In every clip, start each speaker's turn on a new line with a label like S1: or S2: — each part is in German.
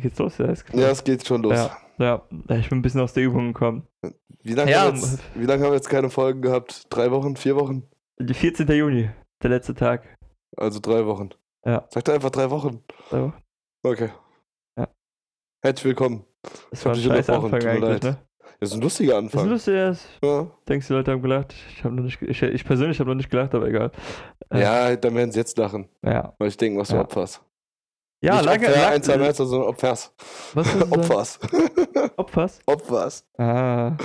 S1: Geht's los? Ja, ist
S2: Ja, es geht schon los.
S1: Ja, ja, ich bin ein bisschen aus der Übung gekommen.
S2: Wie lange
S1: Ja,
S2: haben, wir jetzt- wie lange haben wir jetzt keine Folgen gehabt? Drei Wochen, vier Wochen?
S1: Die 14. Juni, der letzte Tag.
S2: Also drei Wochen.
S1: Ja.
S2: Sag doch einfach drei Wochen.
S1: So,
S2: Okay.
S1: Ja.
S2: Herzlich willkommen.
S1: das
S2: hab
S1: war ein
S2: dich
S1: scheiß
S2: unterbrochen,
S1: Anfang
S2: tut mir
S1: eigentlich,
S2: leid.
S1: ne?
S2: Das ist ein lustiger
S1: Das ist
S2: Anfang.
S1: lustig, das-
S2: ja.
S1: denkst du, die Leute haben gelacht. Ich, hab noch nicht, ge- ich, ich persönlich habe noch nicht gelacht, aber egal. Äh,
S2: ja, dann werden sie jetzt lachen,
S1: Ja,
S2: weil ich denke, was du
S1: Ja.
S2: opferst.
S1: ja
S2: Nicht
S1: lange.
S2: Opfer,
S1: lang-
S2: ein, zwei, eins, sondern opferst.
S1: was soll ich sagen?
S2: Opferst.
S1: Opfers?
S2: opferst.
S1: Ah.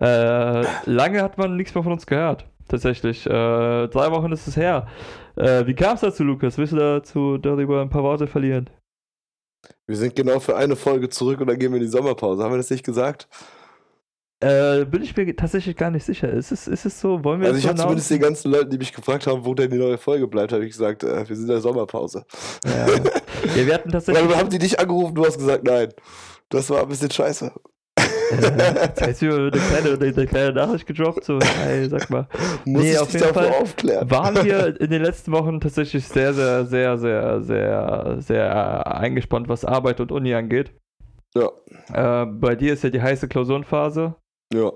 S1: Äh, lange hat man nichts mehr von uns gehört. Tatsächlich. Äh, drei Wochen ist es her. Äh, wie kam es dazu, Lukas? Willst du dazu darüber ein paar Worte verlieren?
S2: Wir sind genau für eine Folge zurück und dann gehen wir in die Sommerpause. Haben wir das nicht gesagt?
S1: Äh, bin ich mir tatsächlich gar nicht sicher. Ist es, ist es so? Wollen wir genau
S2: Also
S1: das
S2: ich
S1: so
S2: habe zumindest den
S1: announcen?
S2: ganzen Leuten, die mich gefragt haben, wo denn die neue Folge bleibt, habe ich gesagt, äh, wir sind in der Sommerpause.
S1: ja. ja, wir hatten
S2: Und
S1: tatsächlich.
S2: dann haben die dich angerufen, du hast gesagt, nein. Das war ein bisschen scheiße.
S1: Jetzt haben wir eine kleine, eine, eine kleine Nachricht gedroppt. So, hey, sag mal.
S2: Muss
S1: Nee,
S2: ich
S1: auf
S2: dich
S1: jeden
S2: davor
S1: Fall
S2: aufklären?
S1: Waren wir in den letzten Wochen tatsächlich sehr, sehr, sehr, sehr, sehr, sehr eingespannt, was Arbeit und Uni angeht.
S2: Ja.
S1: Äh, bei dir ist ja die heiße Klausurenphase.
S2: Ja.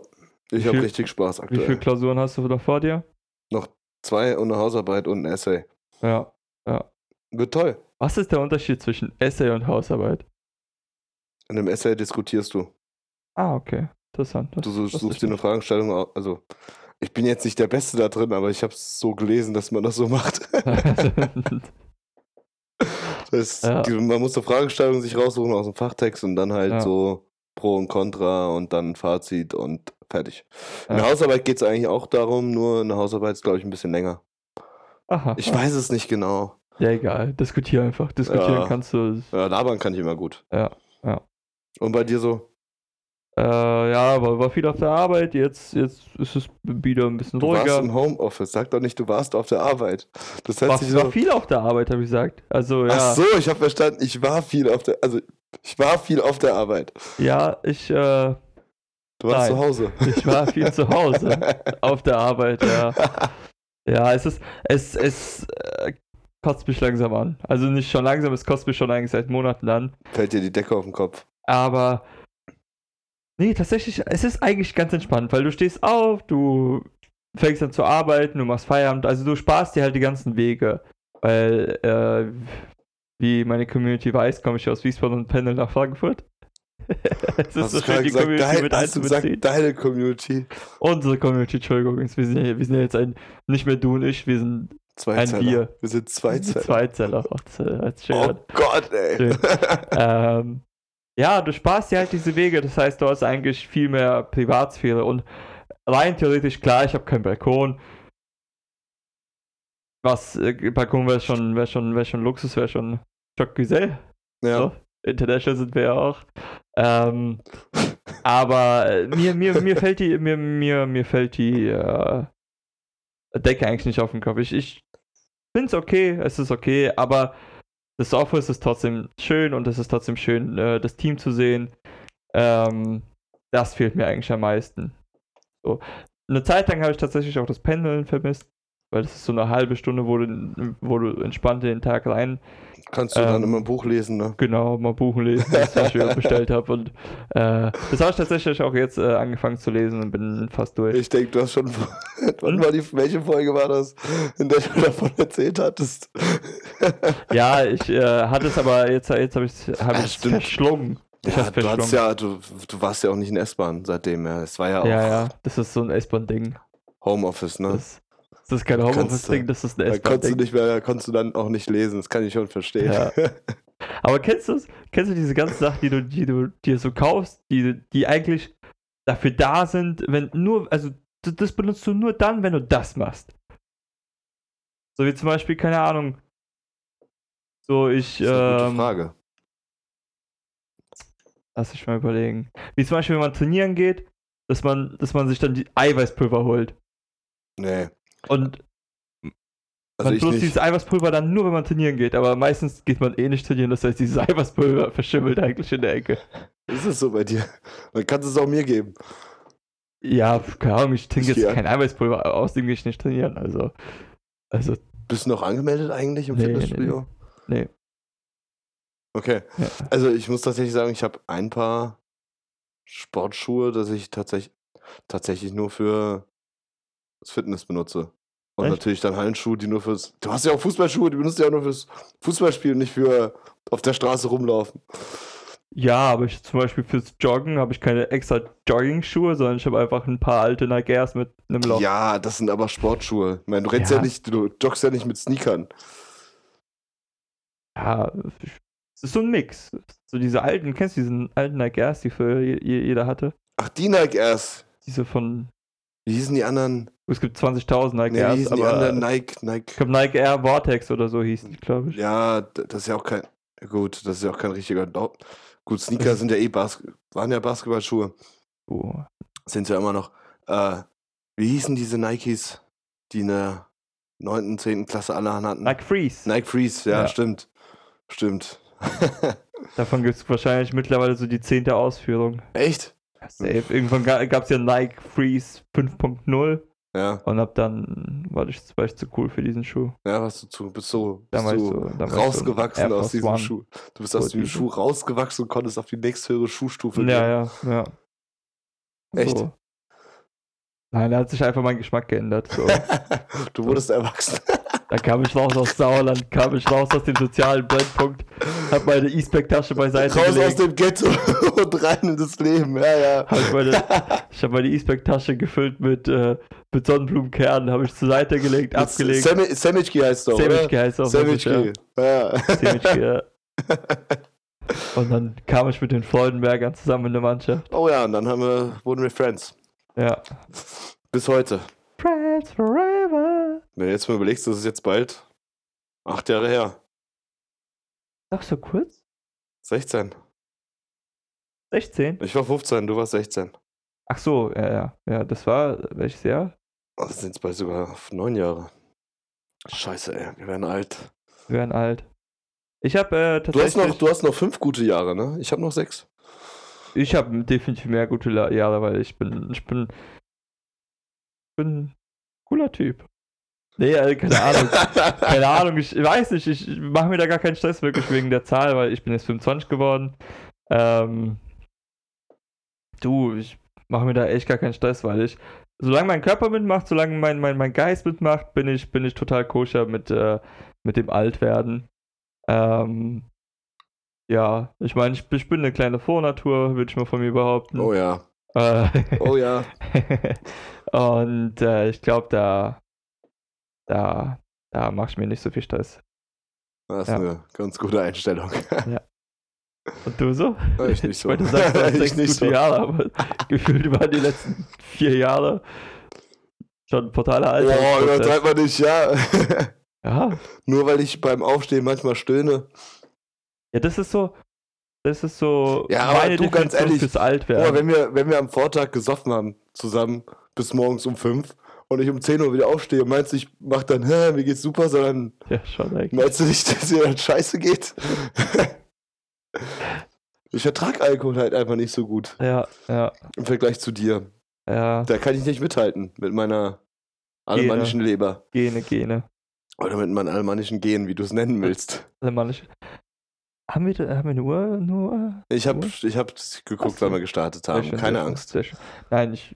S2: Ich habe
S1: viel-
S2: richtig Spaß
S1: Wie viele
S2: aktuell.
S1: Klausuren hast du noch vor dir?
S2: Zwei und eine Hausarbeit und ein Essay.
S1: Ja.
S2: Wird toll.
S1: Was ist der Unterschied zwischen Essay und Hausarbeit?
S2: In einem Essay diskutierst du.
S1: Ah, okay. Interessant. Das-
S2: Du such-
S1: das
S2: suchst
S1: ist
S2: dir eine Fragestellung aus. Also, ich bin jetzt nicht der Beste da drin, aber ich habe es so gelesen, dass man das so macht. Das,
S1: Ja.
S2: die, man muss eine Fragestellung sich raussuchen aus dem Fachtext und dann halt
S1: Ja.
S2: so Pro und Contra und dann ein Fazit und fertig. In der
S1: Ja.
S2: Hausarbeit geht es eigentlich auch darum, nur eine Hausarbeit ist, glaube ich, ein bisschen länger.
S1: Aha.
S2: Ich weiß es nicht genau.
S1: Ja, egal. Diskutier einfach. Diskutieren
S2: Ja.
S1: kannst du.
S2: Ja, labern kann ich immer gut.
S1: Ja, ja.
S2: Und bei dir so?
S1: Äh, ja, aber war viel auf der Arbeit. Jetzt, jetzt ist es wieder ein bisschen
S2: Du warst im
S1: ruhiger.
S2: Homeoffice. Sag doch nicht, du warst auf der Arbeit. Das
S1: War,
S2: heißt, ich
S1: war viel auf der Arbeit, habe ich gesagt. Also, ja.
S2: Ach so, ich habe verstanden. Ich war viel auf der, also ich war viel auf der Arbeit.
S1: Ja, ich, äh,
S2: Du
S1: Nein.
S2: warst zu Hause.
S1: ich war viel zu Hause. Auf der Arbeit, ja. Ja, es ist, es, es äh, kotzt mich langsam an. Also nicht schon langsam, es kotzt mich schon eigentlich seit Monaten an.
S2: Fällt dir die Decke auf den Kopf.
S1: Aber nee, tatsächlich, es ist eigentlich ganz entspannt, weil du stehst auf, du fängst an zu arbeiten, du machst Feierabend, also du sparst dir halt die ganzen Wege. Weil, äh, wie meine Community weiß, komme ich aus Wiesbaden und pendel nach Frankfurt. es ist
S2: Hast
S1: so
S2: du gerade
S1: schön, die
S2: gesagt,
S1: Community
S2: dein,
S1: mit
S2: hast du gesagt
S1: einzubeziehen.
S2: deine Community?
S1: Unsere Community, Entschuldigung, wir sind, ja, wir sind ja jetzt ein, nicht mehr du und ich, wir sind
S2: Zwei
S1: Ein
S2: Zeller.
S1: Wir.
S2: Wir sind zwei Zeller.
S1: Zweizeller. Zweizeller. als
S2: Oh
S1: Schön.
S2: Gott, ey.
S1: Schön. Ähm, ja, du sparst dir halt diese Wege, das heißt, du hast eigentlich viel mehr Privatsphäre und rein theoretisch, klar, ich habe keinen Balkon. Was, äh, Balkon wäre schon, wär schon, wär schon Luxus, wäre schon Schockgesell.
S2: Ja.
S1: So. International sind wir ja auch. Ähm, aber äh, mir, mir, mir fällt die, mir, mir, mir fällt die äh, Decke eigentlich nicht auf den Kopf. Ich, ich finde es okay, es ist okay, aber das Office ist trotzdem schön und es ist trotzdem schön, äh, das Team zu sehen. Ähm, das fehlt mir eigentlich am meisten. So. Eine Zeit lang habe ich tatsächlich auch das Pendeln vermisst, weil das ist so eine halbe Stunde, wo du, wo du entspannt in den Tag rein
S2: Kannst du
S1: Ähm.
S2: dann immer ein Buch lesen, ne?
S1: Genau, mal Buchen lesen, das ich mir bestellt habe. Und äh, das habe ich tatsächlich auch jetzt äh, angefangen zu lesen und bin fast durch.
S2: Ich denke, du hast schon.
S1: Hm?
S2: Wann war die, welche Folge war das, in der du davon erzählt hattest?
S1: ja, ich äh, hatte es aber jetzt, jetzt habe ich es hab
S2: Ja,
S1: ich's
S2: stimmt.
S1: verschlungen. Ich
S2: Ja,
S1: hab's
S2: du, hast
S1: verschlungen.
S2: ja du, du warst ja auch nicht in S-Bahn seitdem. Ja. Es war ja auch
S1: ja, ja, das ist so ein S-Bahn-Ding.
S2: Homeoffice, ne?
S1: Das, das ist kein
S2: Kannst du-
S1: Homeoffice-Ding, das ist ein
S2: Da konntest du
S1: S-Bahn-Ding.
S2: nicht mehr, da konntest du dann auch nicht lesen, das kann ich schon verstehen.
S1: Ja. Aber kennst du kennst du diese ganzen Sachen, die du, die du dir so kaufst, die, die eigentlich dafür da sind, wenn nur, also d- das benutzt du nur dann, wenn du das machst. So wie zum Beispiel, keine Ahnung. So, ich,
S2: Das ist eine gute
S1: ähm,
S2: Frage.
S1: lass mich mal überlegen. Wie zum Beispiel, wenn man trainieren geht, dass man, dass man sich dann die Eiweißpulver holt.
S2: Nee.
S1: Und
S2: Also
S1: man
S2: ich
S1: benutzt
S2: nicht.
S1: dieses Eiweißpulver dann nur, wenn man trainieren geht. Aber meistens geht man eh nicht trainieren, das heißt, dieses Eiweißpulver verschimmelt eigentlich in der Ecke.
S2: Ist es so bei dir? Dann kannst du es auch mir geben.
S1: Ja, keine Ahnung, ich trinke
S2: Ich
S1: jetzt
S2: geh-
S1: kein Eiweißpulver, aber außerdem gehe ich nicht trainieren. Also, also
S2: Bist du noch angemeldet eigentlich im
S1: Nee,
S2: Fitnessstudio?
S1: nee, nee.
S2: Okay.
S1: Ja.
S2: Also ich muss tatsächlich sagen, ich habe ein paar Sportschuhe, dass ich tatsächlich, tatsächlich nur für das Fitness benutze. Und
S1: Echt?
S2: natürlich dann Hallenschuhe, die nur fürs. Du hast ja auch Fußballschuhe, die benutzt du ja auch nur fürs Fußballspielen, nicht für auf der Straße rumlaufen.
S1: Ja, aber ich zum Beispiel fürs Joggen habe ich keine extra Jogging-Schuhe, sondern ich habe einfach ein paar alte Nike Airs mit einem Loch.
S2: Ja, das sind aber Sportschuhe. Ich meine, du rennst ja.
S1: Ja.
S2: nicht, du joggst ja nicht mit Sneakern.
S1: Ja, ich- es ist so ein Mix. So diese alten, kennst du diesen alten Nike Airs, die für je- je- jeder hatte?
S2: Ach, die Nike erst.
S1: Diese von,
S2: Wie hießen die anderen?
S1: es gibt 20.000 Nike
S2: Nee, wie
S1: Airs,
S2: hießen die anderen?
S1: aber
S2: Nike,
S1: ich
S2: Nike.
S1: glaube Nike Air Vortex oder so hießen die, glaube ich.
S2: Ja, d- das ist ja auch kein. Gut, das ist ja auch kein richtiger. Lau- Gut, Sneaker sind ja eh Bas waren ja Basketballschuhe.
S1: Oh.
S2: Sind ja immer noch. Äh, wie hießen diese Nikes, die in der 9., 10. Klasse alle hatten?
S1: Nike Freeze.
S2: Nike Freeze, ja,
S1: Ja.
S2: stimmt. Stimmt.
S1: Davon gibt es wahrscheinlich mittlerweile so die zehnte Ausführung.
S2: Echt?
S1: Safe. Irgendwann gab es ja Nike Freeze 5.0
S2: Ja,
S1: und ab dann war ich, war ich zu cool für diesen Schuh.
S2: ja, warst du zu, bist so, bist
S1: Damals
S2: so
S1: so, damals so ein
S2: rausgewachsen
S1: Air
S2: aus
S1: Force
S2: diesem
S1: One.
S2: Schuh. Du bist
S1: So
S2: aus diesem
S1: diese-
S2: Schuh rausgewachsen und konntest auf die nächsthöhere Schuhstufe
S1: Ja, ja, ja.
S2: Echt?
S1: So. Nein, da hat sich einfach mein Geschmack geändert. So.
S2: du wurdest erwachsen.
S1: Da kam ich raus aus Sauerland, kam ich raus aus dem sozialen Brennpunkt, hab meine E-Spec-Tasche beiseite
S2: Raus aus
S1: gelegt.
S2: dem Ghetto und rein in das Leben. Ja, ja.
S1: Hab ich meine, ich habe meine E-Spec-Tasche gefüllt mit, äh, mit Sonnenblumenkernen, habe ich zur Seite gelegt, abgelegt.
S2: Sam Samichki heißt doch, oder?
S1: Sandwich heißt auch.
S2: Samichki. Ja.
S1: Sandwich, ja. Und dann kam ich mit den Freudenbergern zusammen in der Mannschaft.
S2: Oh ja, und dann haben wir, wurden wir Friends.
S1: Ja.
S2: Bis heute.
S1: Friends forever.
S2: Wenn du jetzt mal überlegst, das ist jetzt bald acht Jahre her.
S1: Ach, so kurz?
S2: 16.
S1: 16?
S2: Ich war 15, du warst 16.
S1: Ach so, ja, ja. Ja, das war welches Jahr?
S2: Also sind es bald sogar neun Jahre. Scheiße, ey, wir werden alt.
S1: Wir werden alt. Ich habe äh,
S2: Du hast,
S1: tatsächlich.
S2: noch, du hast noch fünf gute Jahre, ne? Ich habe noch sechs.
S1: ich habe definitiv mehr gute La- Jahre, weil ich bin. Ich bin. bin ein cooler Typ. Nee, äh, keine Ahnung. keine Ahnung, ich weiß nicht. Ich mache mir da gar keinen Stress wirklich wegen der Zahl, weil ich bin jetzt 25 geworden. Ähm, du, ich mache mir da echt gar keinen Stress, weil ich. Solange mein Körper mitmacht, solange mein, mein, mein Geist mitmacht, bin ich, bin ich total koscher mit, äh, mit dem Altwerden. Ähm, ja, ich meine, ich, ich bin eine kleine Vornatur, würde ich mal von mir behaupten.
S2: Oh ja.
S1: Äh,
S2: Oh ja.
S1: und äh, ich glaube, da, da, da mache ich mir nicht so viel Stress.
S2: Das ist
S1: Ja.
S2: eine ganz gute Einstellung.
S1: Und du so?
S2: Ich nicht so.
S1: wollte sagen, du hast
S2: Ich
S1: sechs
S2: nicht
S1: gute
S2: so.
S1: Jahre, aber gefühlt waren die letzten vier Jahre schon ein totaler
S2: Oh,
S1: Alter.
S2: übertreibt man nicht, ja.
S1: Ja.
S2: Nur weil ich beim Aufstehen manchmal stöhne.
S1: ja, das ist so, das ist so
S2: Ja, aber
S1: meine
S2: du, ganz
S1: Definition
S2: ehrlich, oh,
S1: fürs Altwerden.
S2: Boah, wenn wir, wenn wir am Vortag gesoffen haben, zusammen bis morgens um 5 und ich um 10 Uhr wieder aufstehe, meinst du, ich mach dann, hä, mir geht's super, sondern
S1: ja, schon eigentlich.
S2: meinst du nicht, dass ihr dann scheiße geht? ich vertrag Alkohol halt einfach nicht so gut
S1: Ja, ja,
S2: im Vergleich zu dir.
S1: ja,
S2: Da kann ich nicht mithalten mit meiner alemannischen Leber.
S1: Gene, Gene.
S2: Oder mit meinen alemannischen Genen, wie du es nennen willst.
S1: Alemannisch. Also, Haben wir, da- haben wir eine Uhr? Eine Uhr?
S2: Ich habe
S1: Cool.
S2: ich hab geguckt,
S1: Ach so.
S2: wann wir gestartet
S1: Sehr
S2: haben.
S1: schön,
S2: Keine
S1: sehr schön,
S2: Angst.
S1: Sehr schön. Nein, ich.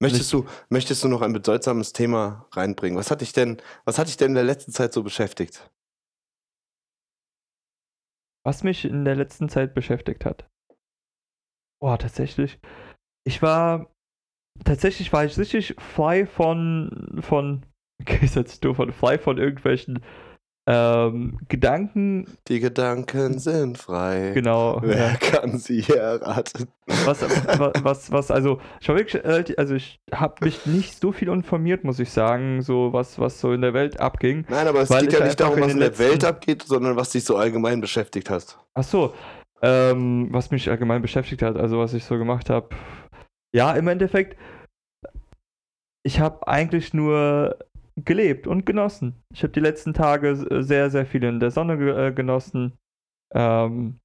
S2: Möchtest du, möchtest du noch ein bedeutsames Thema reinbringen? Was hat dich denn, was hat dich denn in der letzten Zeit so beschäftigt?
S1: Was mich in der letzten Zeit beschäftigt hat. Boah, tatsächlich. Ich war. Tatsächlich war ich richtig frei von. von okay, das hört sich doof an. Frei von irgendwelchen ähm, Gedanken.
S2: Die Gedanken sind frei.
S1: Genau.
S2: Wer kann sie erraten?
S1: Was, wa- was, was, also, ich war wirklich, relativ- also ich habe mich nicht so viel informiert, muss ich sagen, so was, was so in der Welt abging.
S2: Nein, aber es
S1: Weil
S2: geht
S1: ich
S2: ja
S1: ja
S2: nicht darum,
S1: einfach
S2: was
S1: in
S2: in
S1: den
S2: der Welt
S1: letzten-
S2: abgeht, sondern was dich so allgemein beschäftigt hast.
S1: Ach so, ähm, was mich allgemein beschäftigt hat, also was ich so gemacht habe. Ja, im Endeffekt, ich habe eigentlich nur gelebt und genossen. Ich habe die letzten Tage s- äh, sehr, sehr viel in der Sonne ge äh, genossen. Ähm,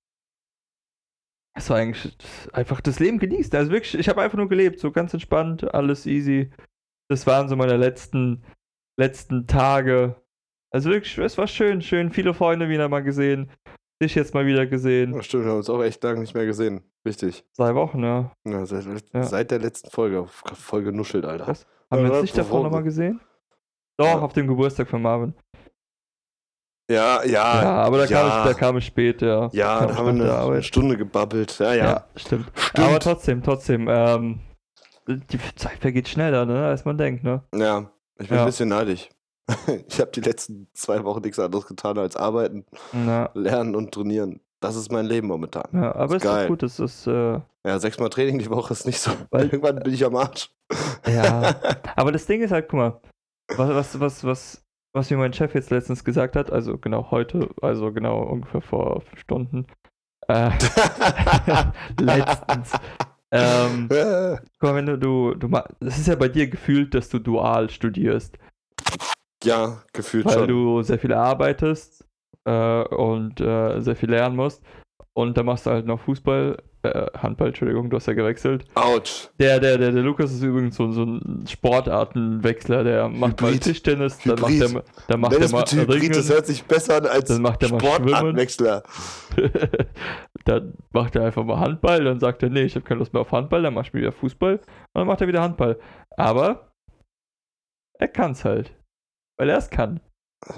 S1: es war eigentlich einfach das Leben genießt. Also wirklich, ich habe einfach nur gelebt, so ganz entspannt, alles easy. Das waren so meine letzten, letzten Tage. Also wirklich, es war schön, schön, viele Freunde wieder mal gesehen dich jetzt mal wieder gesehen.
S2: Ja, Oh, stimmt, wir haben uns auch echt lange nicht mehr gesehen. Wichtig.
S1: Zwei Wochen, ne?
S2: Ja, seit,
S1: Ja.
S2: seit der letzten Folge. Oh Gott, Voll genuschelt, Alter.
S1: Was? Haben wir
S2: Ja,
S1: uns nicht davor
S2: warum?
S1: nochmal gesehen? Doch,
S2: Ja.
S1: auf dem Geburtstag von Marvin.
S2: Ja, ja.
S1: ja, aber da kam,
S2: Ah, ja.
S1: es, da kam es spät, ja.
S2: Ja,
S1: Kam
S2: da
S1: es
S2: haben wir
S1: nach
S2: eine
S1: der Arbeit.
S2: Stunde gebabbelt. Ja, ja.
S1: Ja, stimmt.
S2: Stimmt.
S1: Aber trotzdem, trotzdem, ähm, die Zeit vergeht schneller, ne, als man denkt, ne?
S2: Ja, ich bin
S1: Ja.
S2: ein bisschen neidisch. Ich habe die letzten zwei Wochen nichts anderes getan als arbeiten,
S1: Ja,
S2: lernen und trainieren. Das ist mein Leben momentan.
S1: ja aber es
S2: Ist
S1: ist
S2: geil.
S1: gut, es ist, äh,
S2: Ja, sechsmal Training die Woche ist nicht so.
S1: Weil-
S2: Irgendwann bin ich am Arsch.
S1: ja. aber das Ding ist halt, guck mal, was, was, was, was, was mir mein Chef jetzt letztens gesagt hat, also genau heute, also genau ungefähr vor fünf Stunden, äh, letztens, ähm,
S2: Äh,
S1: guck mal, wenn du, du, du, ma- das ist ja bei dir gefühlt, dass du dual studierst.
S2: ja, gefühlt
S1: weil
S2: schon.
S1: du sehr viel arbeitest äh, und äh, sehr viel lernen musst. Und dann machst du halt noch Fußball, äh, Handball, Entschuldigung, du hast ja gewechselt.
S2: Autsch.
S1: Der, der, der, der Lukas ist übrigens so, so ein Sportartenwechsler, der macht mal
S2: Hybrid.
S1: Tischtennis, dann macht
S2: Hybrid.
S1: der, dann macht
S2: Nenn
S1: der
S2: es
S1: mal
S2: bitte Hybrid, das
S1: Ringen,
S2: hört sich besser an als
S1: dann macht der mal Schwimmen,
S2: Sportartwechsler.
S1: dann macht er einfach mal Handball, dann sagt er, nee, ich habe keine Lust mehr auf Handball, dann mach ich wieder Fußball und dann macht er wieder Handball. Aber er kann's halt. Weil er es kann.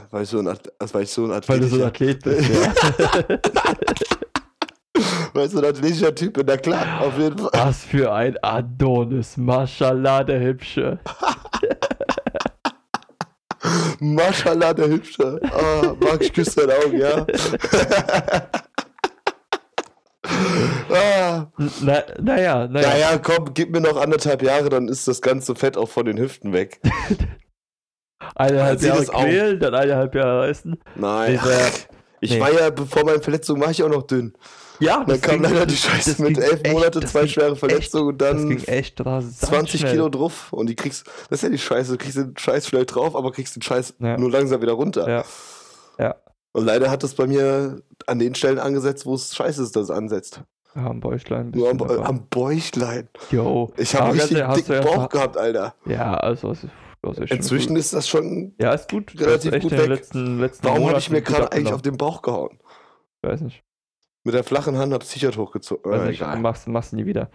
S2: Weil ich so ein, Ath- also weil ich so ein
S1: Weil du so ein
S2: athletischer,
S1: Athlet bist. Ja.
S2: weil ich so ein athletischer Typ bin. Na klar, auf jeden Fall.
S1: Was für ein Adonis, Maschallah, der Hübsche.
S2: Maschallah, der Hübsche. Ah, Marc, ich küsse dein Auge, ja. ah,
S1: Na, naja, naja.
S2: naja, komm, gib mir noch anderthalb Jahre, dann ist das ganze Fett auch von den Hüften weg.
S1: eineinhalb
S2: Sieht
S1: Jahre
S2: es auch.
S1: quälen, dann eineinhalb Jahre leisten.
S2: Nein.
S1: Dieser-
S2: Ich
S1: nee.
S2: war ja, bevor meine Verletzung, war ich auch noch dünn.
S1: Ja,
S2: Dann kam
S1: ging-
S2: leider die
S1: das- das
S2: Scheiße mit
S1: ging
S2: elf
S1: echt-
S2: Monate,
S1: das
S2: zwei
S1: ging
S2: schwere
S1: echt-
S2: Verletzungen und
S1: Das
S2: dann
S1: ging echt rasant.
S2: 20
S1: schnell.
S2: Kilo drauf. Und die kriegst, das ist ja die Scheiße, du kriegst den Scheiß schnell drauf, aber kriegst den Scheiß
S1: Ja.
S2: nur langsam wieder runter.
S1: Ja. Ja.
S2: Und leider hat es bei mir an den Stellen angesetzt, wo es scheiße ist, dass es ansetzt.
S1: Ja, am Bäuchlein. ein
S2: Nur am,
S1: bisschen, aber-
S2: am Bäuchlein.
S1: Jo.
S2: Ich habe
S1: Aber ganz
S2: richtig
S1: ehrlich, hast du
S2: dicken
S1: ja-
S2: Bauch gehabt, Alter.
S1: Ja, also. Das ist, das ist schon
S2: Inzwischen ist das schon.
S1: Gut. Ja, ist gut. Das
S2: relativ
S1: ist echt
S2: gut
S1: in den
S2: weg.
S1: letzten, letzten
S2: Warum habe ich
S1: Monaten
S2: mir
S1: gut
S2: gerade eigentlich auf
S1: abgenommen.
S2: den Bauch gehauen?
S1: Ich weiß nicht.
S2: Mit der flachen Hand hab's sicher hochgezogen.
S1: Weiß
S2: Äh,
S1: nicht.
S2: egal.
S1: Machst, machst nie wieder.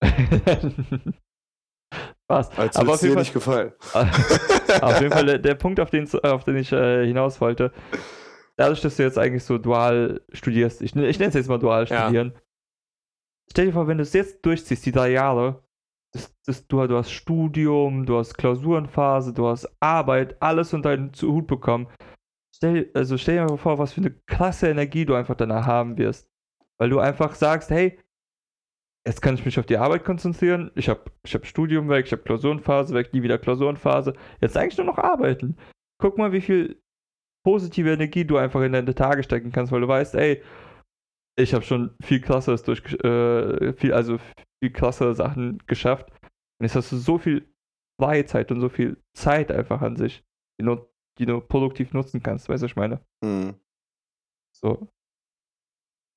S1: Spaß.
S2: Als
S1: Aber
S2: würde
S1: auf
S2: es
S1: jeden
S2: dir
S1: Fall-
S2: nicht gefallen.
S1: auf jeden Fall der, der Punkt, auf den, auf den ich äh, hinaus wollte. Dadurch, dass du jetzt eigentlich so dual studierst, ich, ich nenne es jetzt mal dual
S2: Ja.
S1: studieren. Stell dir vor, wenn du es jetzt durchziehst, die drei Jahre, das, das, du, du hast Studium, du hast Klausurenphase, du hast Arbeit, alles unter einen zu- Hut bekommen. Stell, also stell dir mal vor, was für eine krasse Energie du einfach danach haben wirst. Weil du einfach sagst, hey, jetzt kann ich mich auf die Arbeit konzentrieren, ich habe ich hab Studium weg, ich habe Klausurenphase weg, nie wieder Klausurenphase, jetzt eigentlich nur noch arbeiten. Guck mal, wie viel positive Energie du einfach in deine Tage stecken kannst, weil du weißt, ey, ich habe schon viel krasseres durch, äh, viel, also viel krassere Sachen geschafft. Und jetzt hast du so viel Freizeit und so viel Zeit einfach an sich, die du, die du produktiv nutzen kannst, weißt du, was ich meine?
S2: Hm.
S1: So.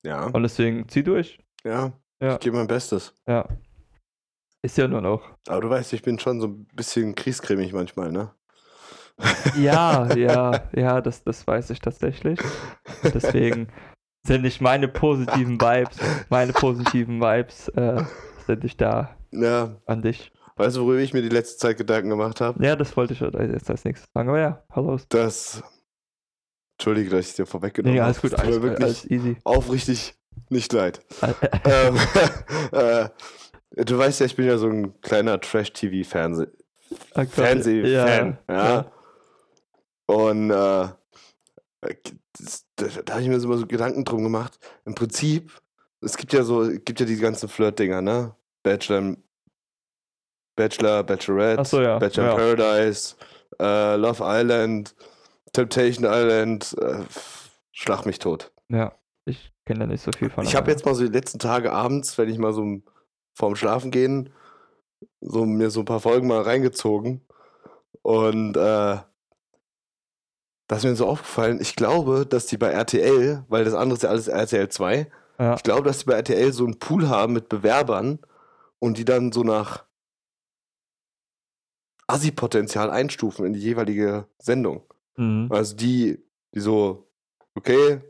S2: Ja.
S1: Und deswegen zieh durch.
S2: ja.
S1: Ja.
S2: Ich gebe mein Bestes.
S1: Ja. Ist ja nur noch.
S2: Aber du weißt, ich bin schon so ein bisschen kriescremig manchmal, ne?
S1: Ja, ja, ja, das, das weiß ich tatsächlich. Deswegen sende ich meine positiven Vibes, meine positiven Vibes äh, sende ich da
S2: Ja.
S1: an dich.
S2: Weißt du, worüber ich mir die letzte Zeit Gedanken gemacht habe?
S1: Ja, das wollte ich jetzt als nächstes sagen. Aber ja, hallo.
S2: Das. Entschuldige, dass ich es dir vorweggenommen
S1: Nee,
S2: habe.
S1: alles gut,
S2: Es tut mir
S1: alles,
S2: wirklich
S1: alles easy.
S2: aufrichtig nicht leid.
S1: Al-
S2: ähm, äh, du weißt ja, ich bin ja so ein kleiner Trash-TV-Fernseh.
S1: Äh,
S2: Fernseh-Fan. Ja,
S1: ja.
S2: Und äh, das, da, da habe ich mir so immer so Gedanken drum gemacht. Im Prinzip, es gibt ja so, gibt ja die ganzen Flirt-Dinger, ne? Bachelor, Bachelor, Bachelorette,
S1: Ach so, ja,
S2: Bachelor
S1: ja.
S2: in Paradise, äh, Love Island, Temptation Island, äh, Schlag mich tot.
S1: ja, ich kenne da nicht so viel von.
S2: Ich habe
S1: aber-
S2: jetzt mal so die letzten Tage abends, wenn ich mal so m- vorm Schlafen gehen, so mir so ein paar Folgen mal reingezogen. Und äh, das ist mir so aufgefallen, ich glaube, dass die bei RTL, weil das andere ist ja alles RTL 2,
S1: Ja.
S2: ich glaube, dass die bei RTL so einen Pool haben mit Bewerbern und die dann so nach Assi-Potenzial einstufen in die jeweilige Sendung.
S1: Mhm.
S2: Also die, die so, okay,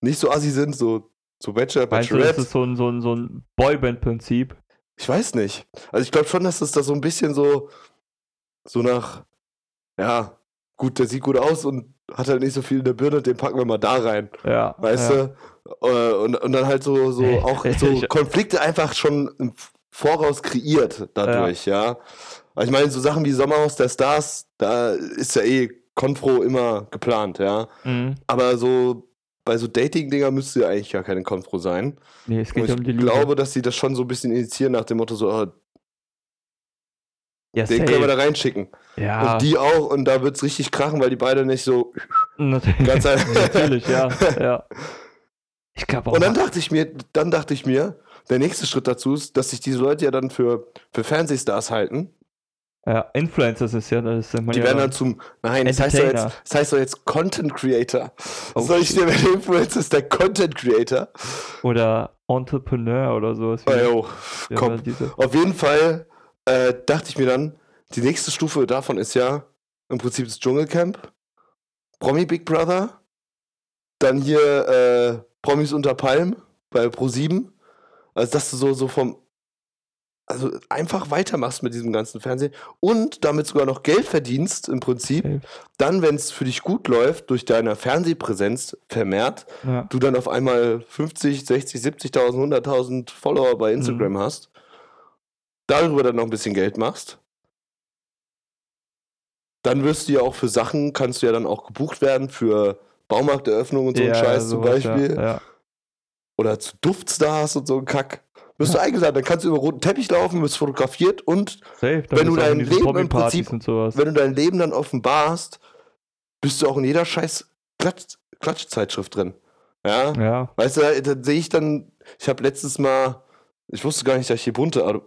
S2: nicht so assi sind, so, so Bachelor,
S1: Meinst du, das
S2: Bachelorette.
S1: ist so ein, so ein, so ein Boyband-Prinzip?
S2: Ich weiß nicht. Also ich glaube schon, dass das da so ein bisschen so, so nach, ja, gut, der sieht gut aus und hat halt nicht so viel in der Birne, den packen wir mal da rein,
S1: Ja.
S2: weißt
S1: ja.
S2: du? Äh, und, und dann halt so, so
S1: Ey,
S2: auch
S1: ich-
S2: so Konflikte einfach schon im Voraus kreiert dadurch, ja. Also ich meine, so Sachen wie Sommerhaus der Stars, da ist ja eh Konfro immer geplant, ja.
S1: Mhm.
S2: Aber so bei so Dating-Dinger müsste ja eigentlich gar keine Konfro sein.
S1: Nee, es
S2: Und
S1: geht ja um die
S2: ich
S1: Liebe.
S2: glaube, dass sie das schon so ein bisschen initiieren nach dem Motto so, oh,
S1: ja,
S2: den
S1: safe. Ah.
S2: können wir da reinschicken.
S1: ja.
S2: Und die auch, und da wird's richtig krachen, weil die beide nicht so
S1: Natürlich,
S2: ganz
S1: natürlich ja, ja. Ich glaube auch.
S2: Und dann dachte ich mir, dann dachte ich mir, der nächste Schritt dazu ist, dass sich diese Leute ja dann für, für Fernsehstars halten.
S1: ja, Influencers ist ja, das nennt man
S2: Die
S1: ja.
S2: werden dann zum, nein, das heißt, doch jetzt,
S1: Entertainer.
S2: das heißt doch jetzt Content Creator.
S1: Oh,
S2: Soll ich dir mit Influencer ist der Content Creator?
S1: oder Entrepreneur oder sowas.
S2: Oh, jo,
S1: Ja,
S2: komm. Oh,
S1: diese-
S2: Auf jeden Fall äh, dachte ich mir dann, die nächste Stufe davon ist ja im Prinzip das Dschungelcamp, Promi Big Brother, dann hier äh, Promis unter Palm bei Pro7. Also, dass du so, so vom. Also einfach weitermachst mit diesem ganzen Fernsehen und damit sogar noch Geld verdienst im Prinzip.
S1: Safe.
S2: Dann, wenn es für dich gut läuft, durch deine Fernsehpräsenz vermehrt,
S1: ja.
S2: du dann auf einmal 50, 60, 70.000, 100.000 Follower bei
S1: Mhm.
S2: Instagram hast, darüber dann noch ein bisschen Geld machst, dann wirst du ja auch für Sachen, kannst du ja dann auch gebucht werden für Baumarkteröffnungen und so
S1: ja,
S2: einen Scheiß zum
S1: sowas,
S2: Beispiel.
S1: Ja, ja.
S2: Oder zu Duftstars und so einen Kack. Wirst du eingeladen, dann kannst du über einen roten Teppich laufen, wirst fotografiert und
S1: Safe, dann
S2: Wenn du
S1: ist auch
S2: dein
S1: diese
S2: Leben im
S1: Hobbypartys
S2: Prinzip-
S1: und sowas.
S2: wenn du dein Leben dann offenbarst, bist du auch in jeder Scheiß Klatsch Klatschzeitschrift drin. Ja,
S1: ja,
S2: Weißt du, da, da sehe ich dann, ich habe letztes Mal, ich wusste gar nicht, dass ich hier Bunte ab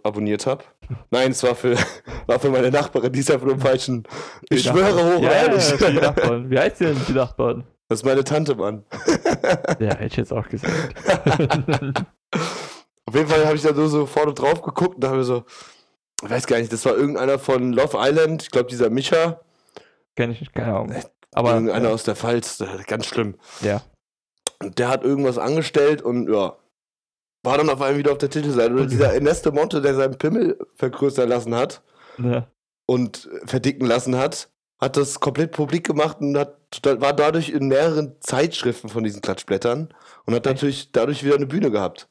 S2: abonniert habe. Nein, es war für, war für meine Nachbarin, die ist einfach nur im falschen. Ich
S1: Die
S2: schwöre hoch
S1: ja, ja, das ist
S2: ehrlich.
S1: die Nachbarn. Wie heißt die denn die Nachbarn?
S2: Das ist meine Tante, Mann.
S1: Ja, hätte ich jetzt auch gesagt.
S2: Auf jeden Fall habe ich da nur so vorne drauf geguckt und habe mir so, ich weiß gar nicht, das war irgendeiner von Love Island, ich glaube dieser Micha,
S1: Kenne ich nicht, keine Ahnung. Aber
S2: irgendeiner aus der Pfalz, äh, ganz schlimm.
S1: ja.
S2: Und der hat irgendwas angestellt und ja, war dann auf einmal wieder auf der Titelseite. Oder dieser Ernesto Monte, der seinen Pimmel vergrößern lassen hat.
S1: Ne.
S2: und verdicken lassen hat, hat das komplett publik gemacht und hat, da- war dadurch in mehreren Zeitschriften von diesen Klatschblättern und hat natürlich dadurch wieder eine Bühne gehabt.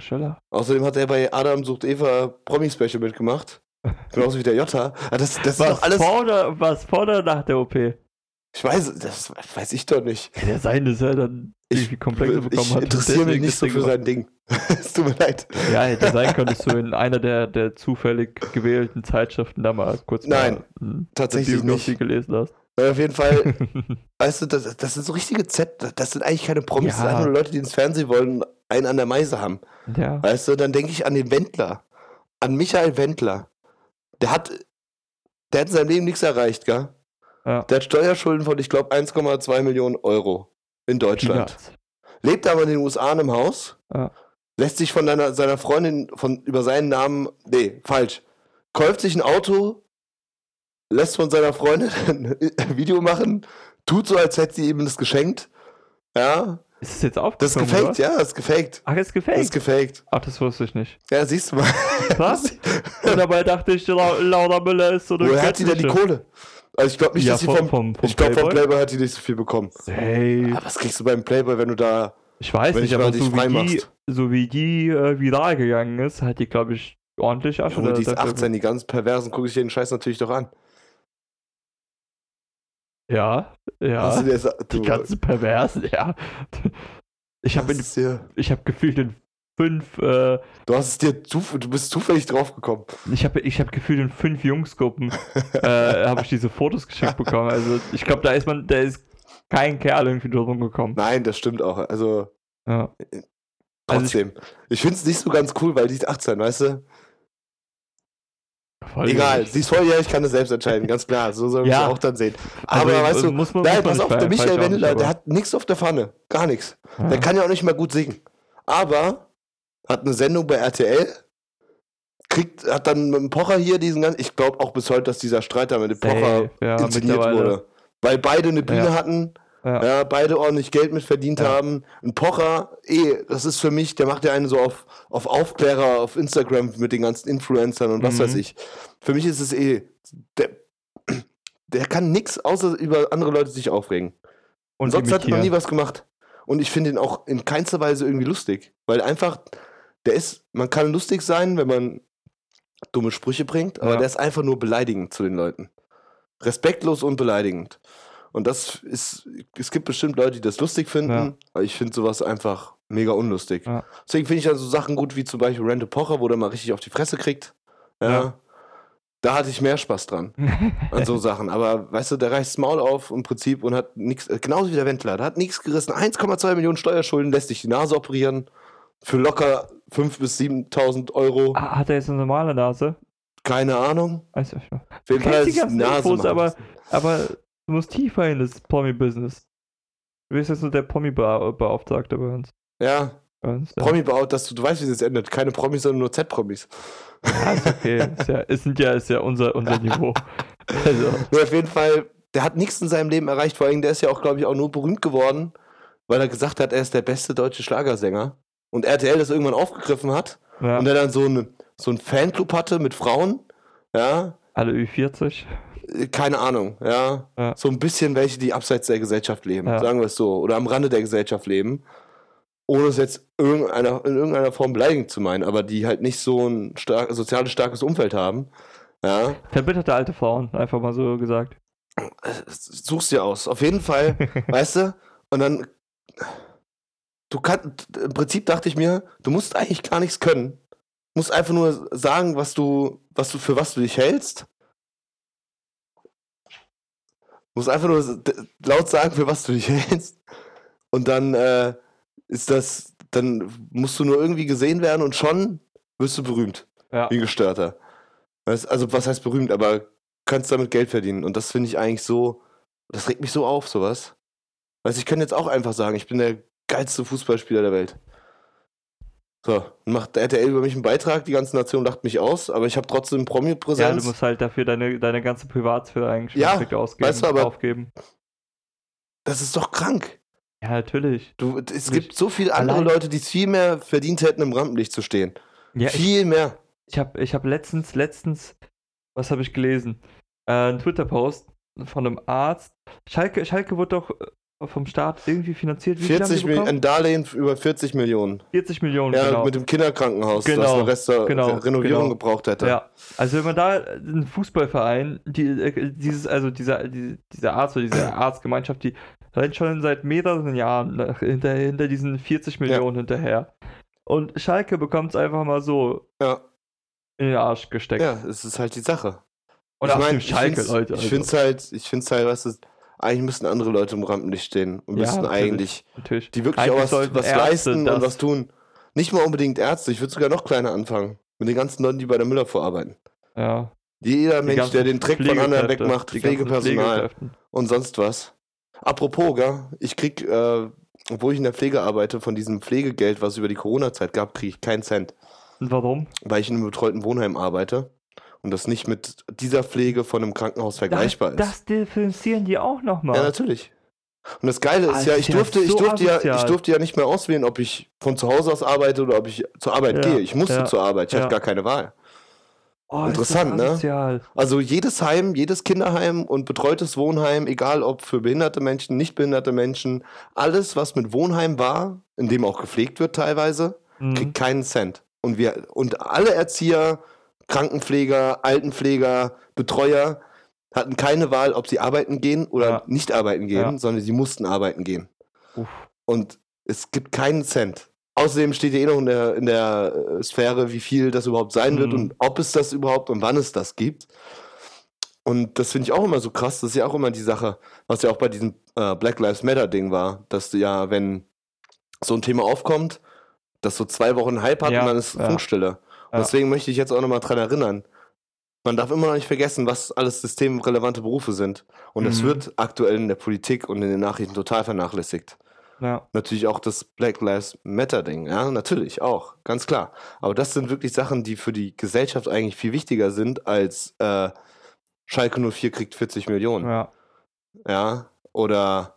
S1: Schiller.
S2: Außerdem hat er bei Adam sucht Eva Promi-Special mitgemacht. Genauso wie der Jota. Ah, Das, das ist
S1: Was
S2: doch alles.
S1: vor oder, was vor oder nach der OP? Kann
S2: Ich weiß, das weiß ich doch nicht.
S1: ja sein, dass er dann irgendwie Komplexe bekommen
S2: ich
S1: hat.
S2: interessiere mich
S1: Deswegen
S2: nicht
S1: das
S2: so
S1: Ding
S2: für
S1: gemacht.
S2: sein Ding. es tut mir leid.
S1: Ja, hätte sein können, dass du in einer der, der zufällig gewählten Zeitschriften da mal kurz
S2: Nein,
S1: mal, hm,
S2: tatsächlich
S1: die Biografie
S2: nicht. Äh,
S1: gelesen hast.
S2: Weil auf jeden Fall, weißt du, das, das sind so richtige Z. Das sind eigentlich keine Promis, das sind
S1: Ja.
S2: einfach nur Leute, die ins Fernsehen wollen und einen an der Meise haben.
S1: ja.
S2: Weißt du, dann denke ich an den Wendler. An Michael Wendler. Der hat, der hat in seinem Leben nichts erreicht, gell?
S1: Ja.
S2: Der hat Steuerschulden von, ich glaube, 1,2 Millionen Euro in Deutschland. Lebt aber in den USA in einem Haus.
S1: Ja.
S2: Lässt sich von deiner, seiner Freundin von, über seinen Namen. Nee, falsch. Kauft sich ein Auto, lässt von seiner Freundin ein Video machen, tut so, als hätte sie ihm das geschenkt. Ja,
S1: Ist es jetzt
S2: das ist
S1: aufgekommen?
S2: gefaked,
S1: oder?
S2: ja, das ist gefaked.
S1: Ach, ist gefaked.
S2: Das ist gefaked.
S1: Ach, das wusste ich nicht.
S2: Ja, siehst du mal.
S1: Was? Und dabei dachte ich, La Laura Müller ist so eine
S2: Woher hat die denn die
S1: göttliche-
S2: Kohle? Also ich glaube nicht,
S1: Ja,
S2: dass sie
S1: vom-
S2: vom,
S1: vom- vom
S2: ich glaube vom
S1: Playboy?
S2: Playboy hat die nicht so viel bekommen.
S1: Hey,
S2: Aber was kriegst du beim Playboy, wenn du da
S1: ich weiß
S2: Wenn
S1: nicht,
S2: ich mal
S1: aber
S2: dich
S1: so wie, die,
S2: freimachst.
S1: so wie die äh, viral gegangen ist, hat die, glaube ich, ordentlich Asche.
S2: Junge,
S1: da-
S2: die ist
S1: dafür-
S2: 18, die ganz perversen, gucke ich dir den Scheiß natürlich doch an.
S1: Ja,
S2: Hast
S1: ja.
S2: du dir das, du,
S1: Die ganzen Perversen, ja. Ich habe
S2: hast es dir,
S1: ich hab gefühlt in fünf äh,
S2: du hast es dir zuf du bist zufällig draufgekommen.
S1: Ich habe ich hab gefühlt in fünf Jungsgruppen äh, habe ich diese Fotos geschickt bekommen. Also ich glaube, da ist man, da ist kein Kerl irgendwie drum rumgekommen.
S2: Nein, das stimmt auch. Also
S1: Ja. Also ich-
S2: trotzdem. ich finde es nicht so ganz cool, weil die ist 18, weißt du?
S1: Voll
S2: Egal,
S1: gut.
S2: sie ist volljährig, kann das selbst entscheiden, ganz klar. So soll man
S1: Ja.
S2: es auch dann sehen.
S1: Also,
S2: Aber weißt du,
S1: muss man,
S2: nein,
S1: muss man
S2: pass
S1: nicht
S2: auf, der
S1: feiern,
S2: Michael
S1: feiern
S2: Wendler,
S1: auch
S2: der
S1: nicht,
S2: hat nichts auf der Pfanne. Gar nichts.
S1: aber-
S2: Der kann ja auch nicht mal gut singen. Aber hat eine Sendung bei RTL, kriegt, hat dann mit dem Pocher hier diesen ganzen. Ich glaube auch bis heute, dass dieser Streit da mit dem Pocher
S1: Safe, ja,
S2: inszeniert
S1: mittlerweile.
S2: wurde. Weil beide eine Bühne
S1: Ja.
S2: hatten
S1: Ja.
S2: Ja, beide ordentlich Geld mit verdient
S1: Ja.
S2: haben. Ein Pocher, eh, das ist für mich, der macht ja einen so auf, auf Aufklärer auf Instagram mit den ganzen Influencern und was
S1: Mhm.
S2: weiß ich. Für mich ist es eh, der, der kann nix außer über andere Leute sich aufregen. Und
S1: Und
S2: sonst hat er noch nie
S1: imitieren.
S2: was gemacht. Und ich finde ihn auch in keinster Weise irgendwie lustig. Weil einfach, der ist, man kann lustig sein, wenn man dumme Sprüche bringt, aber
S1: Ja.
S2: der ist einfach nur beleidigend zu den Leuten. Respektlos und beleidigend. Und das ist, es gibt bestimmt Leute, die das lustig finden,
S1: Ja.
S2: aber ich finde sowas einfach mega unlustig.
S1: Ja.
S2: Deswegen finde ich dann so Sachen gut wie zum Beispiel Randall Pocher, wo der mal richtig auf die Fresse kriegt. Ja.
S1: Ja.
S2: Da hatte ich mehr Spaß dran an so Sachen. Aber weißt du, der reißt das Maul auf im Prinzip und hat nichts, äh, genauso wie der Wendler, der hat nichts gerissen. 1,2 Millionen Steuerschulden, lässt sich die Nase operieren für locker 5.000 bis 7.000 Euro.
S1: ah, hat er jetzt eine normale Nase?
S2: Keine Ahnung.
S1: Weiß ich nicht.
S2: Auf jeden
S1: Du kennst die
S2: ist
S1: ganzen
S2: Nase
S1: Infos,
S2: machen
S1: aber,
S2: lassen.
S1: aber du musst tiefer in das Promi-Business. Du bist jetzt nur der Promi-Beauftragte bei uns.
S2: Ja,
S1: Bei uns ja.
S2: Promi baut, dass du, du weißt, wie es jetzt endet. Keine Promis, sondern nur Z-Promis.
S1: Ah, ist okay. ist, ja, ist, sind ja, ist ja unser, unser Niveau. Also,
S2: Nur auf jeden Fall, der hat nichts in seinem Leben erreicht. Vor allem, der ist ja auch, glaube ich, auch nur berühmt geworden, weil er gesagt hat, er ist der beste deutsche Schlagersänger. Und RTL das irgendwann aufgegriffen hat
S1: ja,
S2: und der dann so, eine, so einen Fanclub hatte mit Frauen. Ja,
S1: alle Ü40.
S2: äh, keine Ahnung, ja.
S1: Ja.
S2: So ein bisschen welche, die abseits der Gesellschaft leben,
S1: Ja.
S2: sagen wir es so, oder am Rande der Gesellschaft leben, ohne es jetzt irgendeiner, in irgendeiner Form beleidigend zu meinen, aber die halt nicht so ein stark, soziales starkes Umfeld haben. Ja,
S1: Verbitterte alte Frauen, einfach mal so gesagt.
S2: such's dir aus. Auf jeden Fall, weißt du? Und dann, du kannst, im Prinzip dachte ich mir, du musst eigentlich gar nichts können. Musst einfach nur sagen, was du, was du, für was du dich hältst. Musst einfach nur s- d- laut sagen, für was du dich hältst. Und dann äh, ist das, dann musst du nur irgendwie gesehen werden und schon wirst du berühmt.
S1: Ja.
S2: Wie ein Gestörter. Weißt, also, was heißt berühmt, aber kannst damit Geld verdienen. Und das finde ich eigentlich so, das regt mich so auf, sowas. Weißt ich könnte jetzt auch einfach sagen, ich bin der geilste Fußballspieler der Welt. So, und macht der RTL über mich einen Beitrag, die ganze Nation lacht mich aus, aber ich habe trotzdem
S1: Ja, du
S2: Promi-Präsenz.
S1: musst halt dafür deine, deine ganze Privatsphäre eigentlich
S2: Ja,
S1: direkt ausgeben,
S2: weißt du, aber-
S1: aufgeben.
S2: das ist doch krank.
S1: Ja, natürlich.
S2: Du, es
S1: Nicht
S2: gibt so viele andere
S1: allein-
S2: Leute, die es viel mehr verdient hätten, im Rampenlicht zu stehen.
S1: Ja, ich,
S2: viel mehr.
S1: ich habe ich hab letztens, letztens, was habe ich gelesen? Äh, ein Twitter-Post von einem Arzt. Schalke, Schalke wurde doch äh, vom Staat irgendwie finanziert. Wie viel haben die
S2: 40 Millionen,
S1: bekommen?
S2: ein Darlehen für über 40 Millionen.
S1: 40 Millionen.
S2: Ja,
S1: genau.
S2: mit dem Kinderkrankenhaus, das
S1: Genau,
S2: eine Resta
S1: genau,
S2: Renovierung
S1: genau.
S2: gebraucht hätte.
S1: Ja, also wenn man da äh, einen Fußballverein, die, äh, dieses, also dieser, die, dieser Arzt oder diese Arztgemeinschaft, die rennt schon seit mehreren Jahren nach, hinter, hinter diesen 40 Millionen hinterher. Und Schalke bekommt es einfach mal so
S2: Ja.
S1: in den Arsch gesteckt.
S2: Ja, es ist halt die Sache.
S1: Und
S2: ich
S1: aus
S2: mein,
S1: dem Schalke,
S2: ich find's,
S1: Leute. also.
S2: Ich finde es halt, ich find's halt, weißt du, eigentlich müssten andere Leute im Rampenlicht stehen und
S1: Ja,
S2: müssten
S1: natürlich.
S2: eigentlich,
S1: natürlich.
S2: die wirklich
S1: Eigentlich
S2: auch was,
S1: sollten
S2: was
S1: Ärzte
S2: leisten
S1: das-
S2: und was tun. Nicht mal unbedingt Ärzte, ich würde sogar noch kleiner anfangen. Mit den ganzen Leuten, die bei der Müller vorarbeiten.
S1: Ja.
S2: Jeder
S1: Die
S2: Mensch,
S1: ganzen
S2: der den Trick von anderen
S1: Pflegekräfte,
S2: wegmacht,
S1: die ganzen
S2: Pflegepersonal
S1: Pflegekräfte.
S2: und sonst was. Apropos, gell, ich krieg, äh, obwohl ich in der Pflege arbeite, von diesem Pflegegeld, was es über die Corona-Zeit gab, kriege ich keinen Cent.
S1: Und warum?
S2: weil ich in einem betreuten Wohnheim arbeite und das nicht mit dieser Pflege von einem Krankenhaus vergleichbar
S1: das,
S2: ist.
S1: das differenzieren die auch nochmal.
S2: ja, natürlich. Und das Geile ist
S1: Alter,
S2: ja,
S1: ist
S2: ich
S1: ja
S2: durfte, ich,
S1: so
S2: durfte ja, ich
S1: asozial.
S2: durfte ja nicht mehr auswählen, ob ich von zu Hause aus arbeite oder ob ich zur Arbeit
S1: Ja,
S2: gehe. Ich musste
S1: ja,
S2: zur Arbeit, ich
S1: ja.
S2: hatte gar keine Wahl.
S1: oh,
S2: interessant, ne?
S1: ne?
S2: Also jedes Heim, jedes Kinderheim und betreutes Wohnheim, egal ob für behinderte Menschen, nicht behinderte Menschen, alles, was mit Wohnheim war, in dem auch gepflegt wird teilweise,
S1: Mhm.
S2: kriegt keinen Cent. Und wir und alle Erzieher, Krankenpfleger, Altenpfleger, Betreuer hatten keine Wahl, ob sie arbeiten gehen oder
S1: Ja.
S2: nicht arbeiten gehen,
S1: Ja.
S2: sondern sie mussten arbeiten gehen.
S1: Uff.
S2: Und es gibt keinen Cent. Außerdem steht ja eh noch in der, in der äh, Sphäre, wie viel das überhaupt sein wird
S1: Mhm.
S2: und ob es das überhaupt und wann es das gibt. Und das finde ich auch immer so krass. Das ist ja auch immer die Sache, was ja auch bei diesem äh, Black Lives Matter-Ding war, dass du ja, wenn so ein Thema aufkommt, dass so zwei Wochen Hype hat
S1: Ja,
S2: und dann ist
S1: ja.
S2: Funkstille. Und
S1: Ja.
S2: deswegen möchte ich jetzt auch nochmal dran erinnern. Man darf immer noch nicht vergessen, was alles systemrelevante Berufe sind. Und das
S1: Mhm.
S2: wird aktuell in der Politik und in den Nachrichten total vernachlässigt.
S1: Ja.
S2: Natürlich auch das Black Lives Matter-Ding, ja, natürlich auch, ganz klar. Aber das sind wirklich Sachen, die für die Gesellschaft eigentlich viel wichtiger sind, als äh, Schalke 04 kriegt 40 Millionen.
S1: ja.
S2: Ja, oder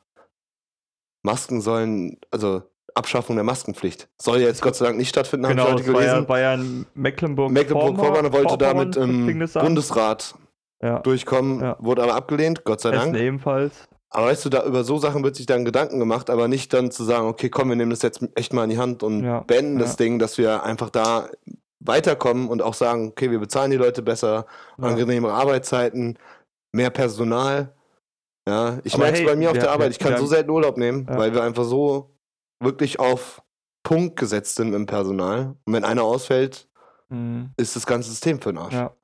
S2: Masken sollen, also Abschaffung der Maskenpflicht. Soll ja jetzt Gott sei Dank nicht stattfinden,
S1: Genau,
S2: habe ich
S1: das
S2: heute
S1: war ja,
S2: gelesen.
S1: war ja in Mecklenburg.
S2: Mecklenburg-Vorpommern wollte ähm, damit
S1: fing
S2: im
S1: das an.
S2: Bundesrat
S1: Ja.
S2: durchkommen,
S1: Ja.
S2: wurde aber abgelehnt, Gott sei
S1: Hessen
S2: Dank.
S1: ebenfalls.
S2: Aber weißt du, da über so Sachen wird sich dann Gedanken gemacht, aber nicht dann zu sagen, okay, komm, wir nehmen das jetzt echt mal in die Hand und
S1: Ja,
S2: beenden
S1: ja.
S2: das Ding, dass wir einfach da weiterkommen und auch sagen, okay, wir bezahlen die Leute besser,
S1: Ja.
S2: angenehmere Arbeitszeiten, mehr Personal. Ja, ich
S1: Aber
S2: merke
S1: hey,
S2: es bei mir auf
S1: wir-
S2: der Arbeit,
S1: wir-
S2: ich kann
S1: wir
S2: so
S1: haben-
S2: selten Urlaub nehmen,
S1: Ja.
S2: weil wir einfach so wirklich auf Punkt gesetzt sind im Personal. Und wenn einer ausfällt,
S1: Mhm.
S2: ist das ganze System für den Arsch.
S1: Ja.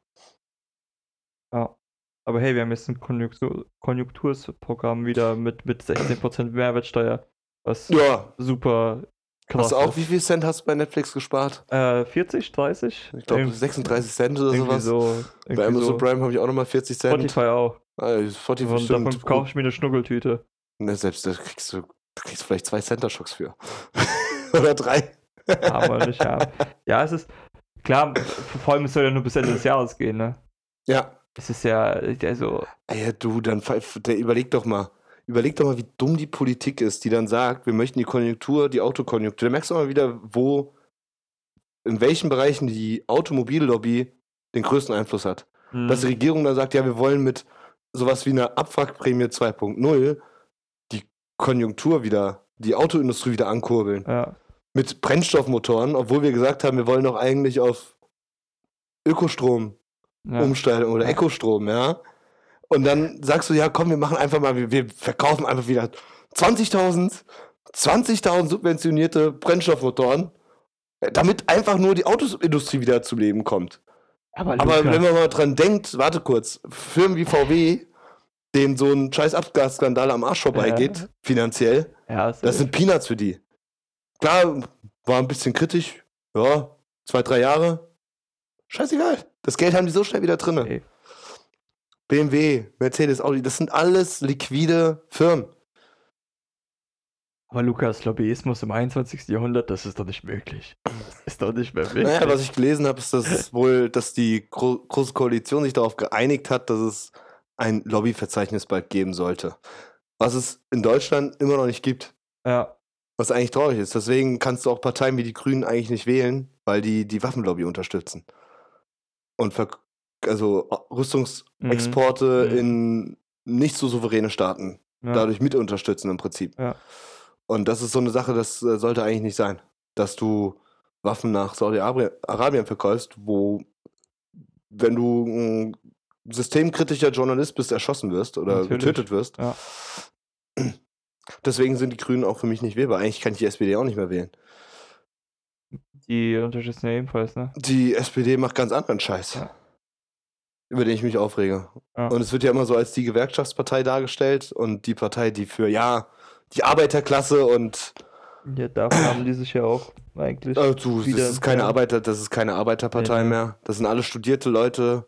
S1: ja. Aber hey, wir haben jetzt ein Konjunktur Konjunktursprogramm wieder mit, mit 16% Mehrwertsteuer. Was
S2: Ja,
S1: super krass
S2: hast du auch,
S1: ist.
S2: wie viel Cent hast du bei Netflix gespart?
S1: Äh, 40, 30?
S2: Ich glaube
S1: Irgend-
S2: 36 Cent oder
S1: irgendwie
S2: sowas.
S1: so.
S2: Bei
S1: Irgendwie
S2: Amazon
S1: so.
S2: Prime habe ich auch nochmal 40 Cent. Spotify,
S1: Spotify auch.
S2: ah, Spotify
S1: Und davon
S2: stimmt.
S1: kaufe ich mir eine Schnuckeltüte.
S2: Ne, selbst da kriegst du, da kriegst du vielleicht zwei Center-Schocks für. Oder drei.
S1: Aber nicht haben. Ja, es ist. Klar, vor allem es soll ja nur bis Ende des Jahres gehen, ne?
S2: Ja.
S1: Es ist ja, also,
S2: Ey, ja, du, dann pfeif- der, überleg doch mal. Überleg doch mal, wie dumm die Politik ist, die dann sagt, wir möchten die Konjunktur, die Autokonjunktur. Da merkst du mal wieder, wo, in welchen Bereichen die Automobillobby den größten Einfluss hat.
S1: mh,
S2: dass die Regierung dann sagt, ja, wir wollen mit sowas wie einer Abwrackprämie 2.0 die Konjunktur wieder, die Autoindustrie wieder ankurbeln.
S1: ja,
S2: Mit Brennstoffmotoren, obwohl wir gesagt haben, wir wollen doch eigentlich auf Ökostrom
S1: ja.
S2: umsteigen oder
S1: Ja.
S2: Ökostrom, ja. Und dann sagst du, ja, komm, wir machen einfach mal, wir, wir verkaufen einfach wieder 20.000, 20.000 subventionierte Brennstoffmotoren, äh, damit einfach nur die Autoindustrie wieder zu Leben kommt.
S1: Aber,
S2: Aber wenn
S1: Lukas,
S2: man mal dran denkt, warte kurz, Firmen wie VW, denen so ein scheiß Abgasskandal am Arsch vorbeigeht,
S1: Ja.
S2: finanziell,
S1: ja, es
S2: das
S1: ist,
S2: sind Peanuts für die. Klar, war ein bisschen kritisch, ja, zwei, drei Jahre, scheißegal, das Geld haben die so schnell wieder drinne.
S1: Ey.
S2: BMW, Mercedes, Audi, das sind alles liquide Firmen.
S1: aber Lukas, Lobbyismus im 21. Jahrhundert, das ist doch nicht möglich. Das ist doch nicht mehr möglich.
S2: Naja, was ich gelesen habe, ist, dass es wohl, dass die Gro Große Koalition sich darauf geeinigt hat, dass es ein Lobbyverzeichnis bald geben sollte. Was es in Deutschland immer noch nicht gibt.
S1: ja,
S2: Was eigentlich traurig ist. Deswegen kannst du auch Parteien wie die Grünen eigentlich nicht wählen, weil die die Waffenlobby unterstützen. Und verk- also
S1: Mhm.
S2: Rüstungsexporte
S1: Mhm.
S2: in nicht so souveräne Staaten
S1: ja.
S2: dadurch mit unterstützen im Prinzip.
S1: Ja.
S2: Und das ist so eine Sache, das äh, sollte eigentlich nicht sein, dass du Waffen nach Saudi-Arabien verkaufst, wo, wenn du ein systemkritischer Journalist bist, erschossen wirst oder
S1: Natürlich.
S2: getötet wirst.
S1: Ja.
S2: Deswegen sind die Grünen auch für mich nicht wählbar. Eigentlich kann ich die SPD auch nicht mehr wählen.
S1: Die unterstützen ja ebenfalls, ne?
S2: Die SPD macht ganz anderen Scheiß,
S1: Ja.
S2: über den ich mich aufrege.
S1: Ja.
S2: Und es wird ja immer so als die Gewerkschaftspartei dargestellt und die Partei, die für, ja, die Arbeiterklasse und
S1: Ja, davon haben die sich ja auch eigentlich.
S2: Äh, du,
S1: wieder
S2: das ist keine
S1: entfernt.
S2: Arbeiter, das ist keine Arbeiterpartei
S1: Nee.
S2: mehr. Das sind alle studierte Leute.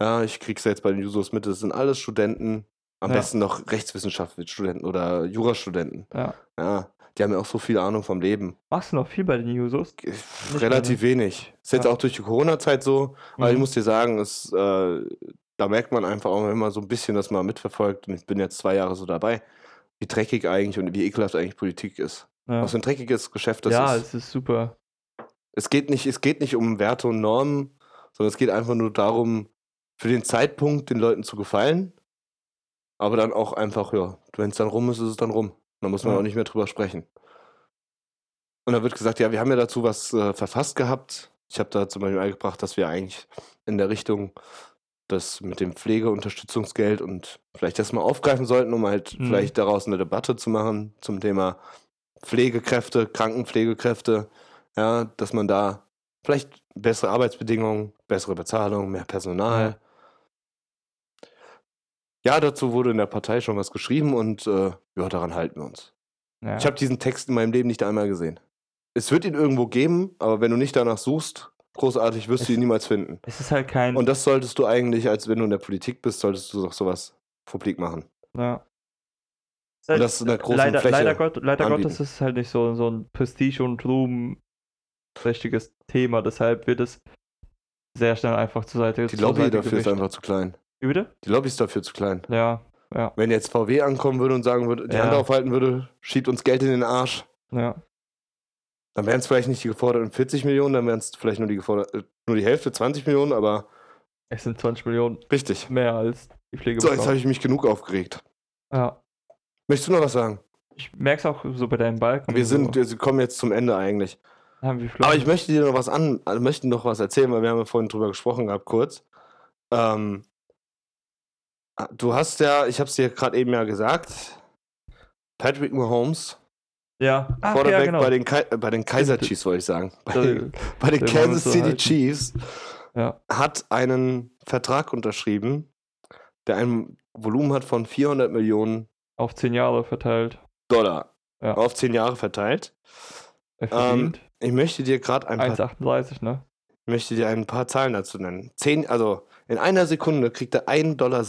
S2: Ja, ich krieg's ja jetzt bei den Jusos mit, das sind alles Studenten. Am
S1: Ja.
S2: besten noch Rechtswissenschaftsstudenten oder Jurastudenten.
S1: Ja.
S2: Ja, die haben ja auch so viel Ahnung vom Leben.
S1: Machst du noch viel bei den Jusos?
S2: Äh, Relativ wenig. Ist jetzt
S1: ne? Ja.
S2: auch durch die Corona-Zeit so, aber ich
S1: Mhm.
S2: muss dir sagen, es, äh, da merkt man einfach auch immer so ein bisschen, dass man mitverfolgt. Und ich bin jetzt zwei Jahre so dabei, wie dreckig eigentlich und wie ekelhaft eigentlich Politik ist.
S1: Ja,
S2: Was für ein dreckiges Geschäft das
S1: ja
S2: ist.
S1: es ist super.
S2: Es geht nicht, es geht nicht um Werte und Normen, sondern es geht einfach nur darum, für den Zeitpunkt den Leuten zu gefallen. Aber dann auch einfach, ja, wenn es dann rum ist, ist es dann rum. Dann muss man
S1: Ja.
S2: auch nicht mehr drüber sprechen. Und dann wird gesagt, ja, wir haben ja dazu was äh, verfasst gehabt. Ich habe da zum Beispiel eingebracht, dass wir eigentlich in der Richtung das mit dem Pflegeunterstützungsgeld und vielleicht das mal aufgreifen sollten, um halt
S1: Mhm.
S2: vielleicht daraus eine Debatte zu machen zum Thema Pflegekräfte, Krankenpflegekräfte, ja, dass man da vielleicht bessere Arbeitsbedingungen, bessere Bezahlung, mehr Personal. Ja, dazu wurde in der Partei schon was geschrieben und äh, ja, daran halten wir uns.
S1: Ja.
S2: Ich habe diesen Text in meinem Leben nicht einmal gesehen. Es wird ihn irgendwo geben, aber wenn du nicht danach suchst, großartig, wirst du
S1: Es-
S2: ihn niemals finden.
S1: es ist halt kein.
S2: Und das solltest du eigentlich, als wenn du in der Politik bist, solltest du doch sowas publik machen.
S1: ja. Ist
S2: Und
S1: halt-
S2: das in einer großen
S1: leider,
S2: Fläche.
S1: leider, Gott, leider
S2: anbieten.
S1: Gottes ist es halt nicht so, so ein Prestige- und Ruhmträchtiges Thema. Deshalb wird es sehr schnell einfach zur Seite
S2: Die Lobby
S1: zur Seite
S2: dafür ist
S1: gewischt.
S2: einfach zu klein.
S1: Wie Bitte?
S2: Die Lobby ist dafür zu klein.
S1: Ja. Ja.
S2: Wenn jetzt VW ankommen würde und sagen würde, die
S1: Ja.
S2: Hand aufhalten würde, schiebt uns Geld in den Arsch,
S1: Ja.
S2: dann wären es vielleicht nicht die geforderten 40 Millionen, dann wären es vielleicht nur die geforderten, äh, nur die Hälfte, 20 Millionen, aber
S1: Es sind 20 Millionen
S2: richtig.
S1: mehr als die Pflege.
S2: So, jetzt habe ich mich genug aufgeregt.
S1: ja.
S2: Möchtest du noch was sagen?
S1: Ich merke es auch so bei deinem Balken.
S2: Wir sind,
S1: So,
S2: wir kommen jetzt zum Ende eigentlich.
S1: haben wir
S2: Aber
S1: Florian-
S2: ich möchte dir noch was an, also möchte noch was erzählen, weil wir haben ja vorhin drüber gesprochen gehabt, kurz. Ähm, ah, du hast ja, ich habe es dir gerade eben ja gesagt, Patrick Mahomes,
S1: ja. Ach,
S2: Quarterback
S1: ja, genau.
S2: bei, den Kai, äh, bei den Kaiser Chiefs, wollte ich sagen. Bei, den-
S1: Da-
S2: bei den
S1: den
S2: Kansas
S1: wollen wir so
S2: City
S1: halten.
S2: Chiefs
S1: Ja.
S2: hat einen Vertrag unterschrieben, der ein Volumen hat von 400 Millionen
S1: auf 10 Jahre verteilt.
S2: Dollar
S1: Ja.
S2: auf zehn Jahre verteilt.
S1: Er verdient.
S2: Ich möchte dir gerade ein Ähm, paar
S1: 1,38, ne?
S2: möchte dir ein paar Zahlen dazu nennen. Zehn, also in einer Sekunde kriegt er 1,60 Dollar.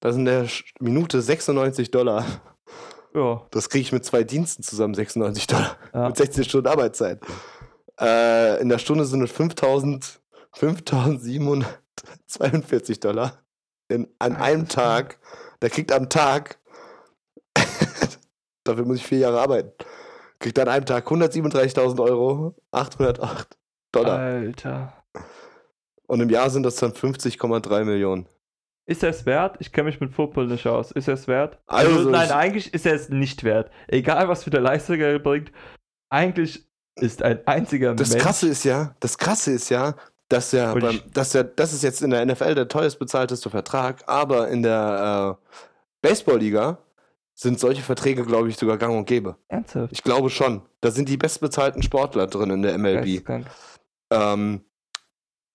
S2: Das sind in der Sch- Minute 96 Dollar.
S1: Ja.
S2: Das kriege ich mit zwei Diensten zusammen 96 Dollar.
S1: ja.
S2: Mit 16 Stunden Arbeitszeit. Äh, in der Stunde sind es 5000 5742 Dollar. In, an
S1: Das
S2: einem
S1: ist
S2: Tag. Der kriegt am Tag. dafür muss ich vier Jahre arbeiten. Kriegt an einem Tag 137.000 Euro, 808
S1: Äh,
S2: Dollar.
S1: Alter.
S2: Und im Jahr sind das dann 50,3 Millionen.
S1: Ist er es wert? Ich kenne mich mit Football nicht aus. Ist er es wert?
S2: Also,
S1: nein,
S2: ich-
S1: eigentlich ist er es nicht wert. Egal, was für eine Leistung er bringt, eigentlich ist ein einziger
S2: Das
S1: Mensch.
S2: Krasse ist ja, das Krasse ist ja, dass ja,
S1: Und
S2: beim,
S1: ich-
S2: dass ja, das ist jetzt in der NFL der teuerst bezahlteste Vertrag, aber in der äh, Baseballliga sind solche Verträge, glaube ich, sogar gang und gäbe.
S1: Ernsthaft?
S2: Ich glaube schon. Da sind die bestbezahlten Sportler drin in der MLB.
S1: Geisteskrank.
S2: Ähm,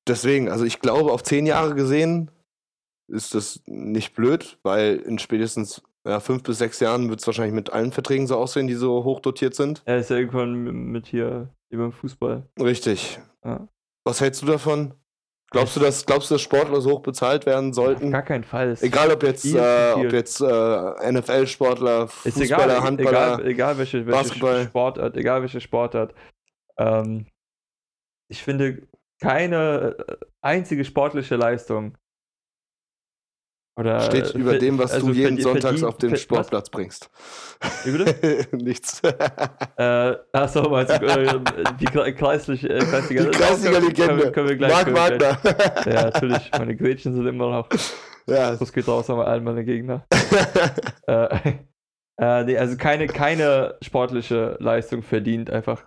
S2: deswegen, also ich glaube, auf zehn Jahre gesehen ist das nicht blöd, weil in spätestens ja, fünf bis sechs Jahren wird es wahrscheinlich mit allen Verträgen so aussehen, die so hoch dotiert sind.
S1: Er ist ja irgendwann m- mit hier über dem Fußball.
S2: Richtig.
S1: Ja.
S2: Was hältst du davon? Glaubst du, dass, glaubst du, dass Sportler so hoch bezahlt werden
S1: Auf
S2: sollten?
S1: gar keinen Fall. Ist
S2: Egal, ob jetzt,
S1: Viel zu
S2: äh, ob
S1: viel.
S2: jetzt äh, NFL-Sportler,
S1: Ist
S2: Fußballer,
S1: egal,
S2: Handballer.
S1: egal, egal welche, welche
S2: Basketball.
S1: Sportart, egal welche Sportart. Ähm, ich finde keine äh, einzige sportliche Leistung oder
S2: Steht über
S1: äh, ver-
S2: dem, was
S1: also
S2: du jeden
S1: verdient-
S2: Sonntags
S1: verdient-
S2: auf den
S1: ver-
S2: Sportplatz bringst.
S1: Was? Wie bitte?
S2: Nichts.
S1: äh, achso, meinst du, äh, die Kle- kreisliche äh, Kreisliga,
S2: Die Kreisliga
S1: Können wir,
S2: Legende.
S1: können wir gleich.
S2: Marc
S1: können wir gleich.
S2: Wagner.
S1: Ja, natürlich. Meine Gretchen sind immer noch.
S2: ja.
S1: Das geht raus an allen meine Gegner. Äh, äh, nee, also keine, keine sportliche Leistung verdient einfach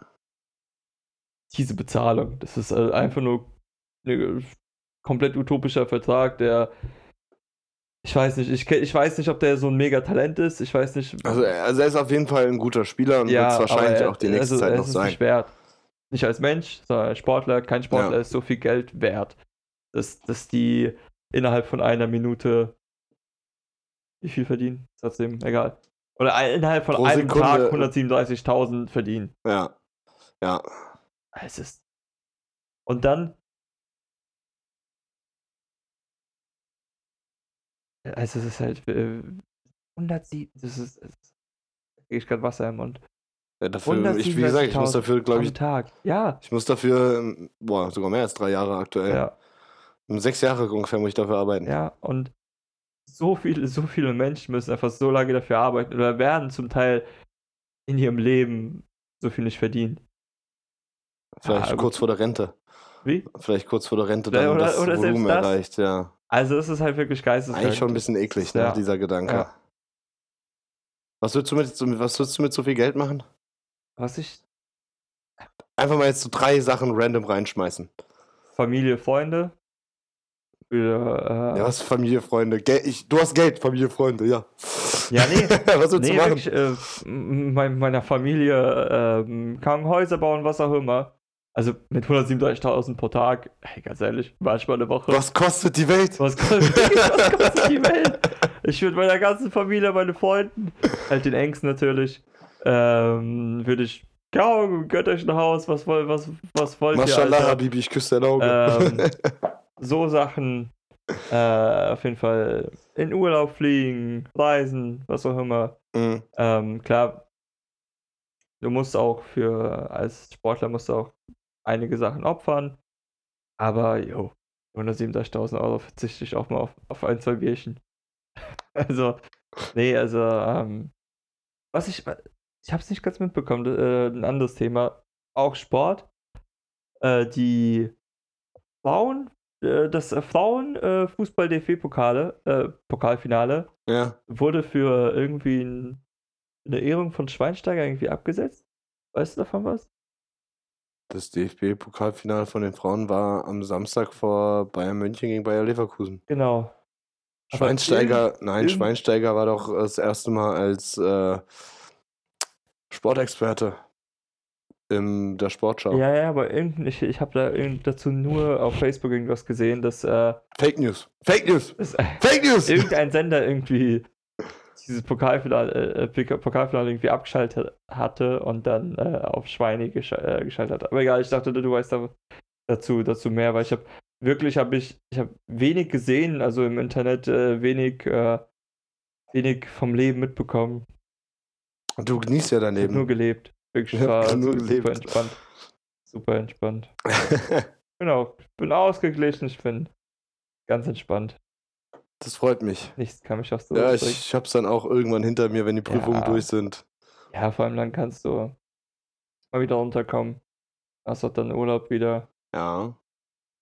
S1: diese Bezahlung. Das ist äh, einfach nur ein komplett utopischer Vertrag, der ich weiß nicht, ich, ke- ich weiß nicht, ob der so ein mega Talent ist. Ich weiß nicht.
S2: also, also er ist auf jeden Fall ein guter Spieler und wird es wahrscheinlich
S1: aber er-
S2: auch die nächste
S1: also,
S2: Zeit
S1: er
S2: noch
S1: ist es
S2: sein.
S1: Nicht, wert. nicht als Mensch, sondern als Sportler. Kein Sportler
S2: Ja.
S1: ist so viel Geld wert, dass, dass die innerhalb von einer Minute wie viel verdienen? Ist Trotzdem, egal. Oder ein- innerhalb von
S2: Pro
S1: einem
S2: Sekunde.
S1: Tag 137.000 verdienen.
S2: Ja. Ja.
S1: Es ist. Und dann. Also, es ist halt. Äh, 107. Das ist. Das ist ich gerade Wasser im Mund.
S2: ja dafür, ich, wie gesagt, ich muss
S1: 137.000
S2: dafür, glaube ich,
S1: Am Tag. Ja.
S2: Ich muss dafür, ähm, boah, sogar mehr als drei Jahre aktuell.
S1: Ja,
S2: Um sechs Jahre ungefähr muss ich dafür arbeiten.
S1: ja, und so viele, so viele Menschen müssen einfach so lange dafür arbeiten oder werden zum Teil in ihrem Leben so viel nicht verdienen.
S2: Vielleicht
S1: Ah, Ja,
S2: kurz vor der Rente.
S1: Wie?
S2: Vielleicht kurz vor der Rente
S1: Ja,
S2: dann
S1: oder-
S2: das
S1: oder selbst
S2: Volumen
S1: das.
S2: erreicht, ja.
S1: Also es ist halt wirklich geisteskrank.
S2: Eigentlich schon ein bisschen eklig, ne,
S1: Ja.
S2: dieser Gedanke.
S1: Ja.
S2: Was würdest du mit, was würdest du mit so viel Geld machen?
S1: Was ich
S2: Einfach mal jetzt so drei Sachen random reinschmeißen.
S1: Familie, Freunde oder äh,
S2: Ja, was Familie, Freunde. Gel ich, du hast Geld, Familie, Freunde, ja.
S1: Ja, nee.
S2: was würdest
S1: nee,
S2: du machen?
S1: wirklich, äh, m- mein, meiner Familie ähm, kann Häuser bauen, was auch immer. Also mit 137.000 pro Tag, hey, ganz ehrlich, manchmal eine Woche.
S2: Was kostet die Welt?
S1: Was kostet, was kostet die Welt? Ich würde meiner ganzen Familie, meine Freunden, halt den Ängsten natürlich, ähm, würde ich, keine Ahnung, gönnt euch ein Haus, was, woll- was, was wollt ihr?
S2: Maschallah,
S1: Alter?
S2: Habibi, ich küsse dein Auge.
S1: Ähm, so Sachen, äh, auf jeden Fall in Urlaub fliegen, reisen, was auch immer.
S2: Mhm.
S1: Ähm, klar, du musst auch für, als Sportler musst du auch einige Sachen opfern, aber jo, 137.000 Euro verzichte ich auch mal auf, auf ein, zwei Bierchen. Also, nee, also, ähm, was ich, ich hab's nicht ganz mitbekommen, äh, ein anderes Thema, auch Sport. Äh, die Frauen, äh, das äh, Frauen-Fußball-DFB-Pokale, äh, Pokalfinale,
S2: Ja.
S1: wurde für irgendwie ein, eine Ehrung von Schweinsteiger irgendwie abgesetzt. Weißt du davon was?
S2: Das DFB-Pokalfinale von den Frauen war am Samstag vor Bayern München gegen Bayer Leverkusen.
S1: Genau. Aber
S2: Schweinsteiger, nein,
S1: irgend-
S2: Schweinsteiger war doch das erste Mal als äh, Sportexperte in der Sportschau.
S1: Ja, ja, aber irgendein, ich, ich habe da irgend dazu nur auf Facebook irgendwas gesehen, dass, äh,
S2: Fake News! Fake News!
S1: dass
S2: Fake News!
S1: irgendein Sender irgendwie dieses Pokalfinale, äh, Pika- Pokalfinale irgendwie abgeschaltet hatte und dann äh, auf Schweine gescha- äh, geschaltet hat. Aber egal, ich dachte, du weißt da, dazu, dazu mehr, weil ich habe wirklich habe ich, ich habe wenig gesehen, also im Internet äh, wenig, äh, wenig vom Leben mitbekommen.
S2: Und du genießt ja dein
S1: Ich hab nur
S2: Leben.
S1: gelebt. Wirklich
S2: Ja,
S1: war
S2: nur
S1: super
S2: gelebt.
S1: entspannt. Super entspannt. Genau, ich bin ausgeglichen, ich bin ganz entspannt.
S2: das freut mich.
S1: Nichts kann mich aus so
S2: Ja, ich, ich hab's dann auch irgendwann hinter mir, wenn die Prüfungen
S1: Ja.
S2: durch sind.
S1: ja, vor allem dann kannst du mal wieder runterkommen. Hast doch dann Urlaub wieder.
S2: Ja,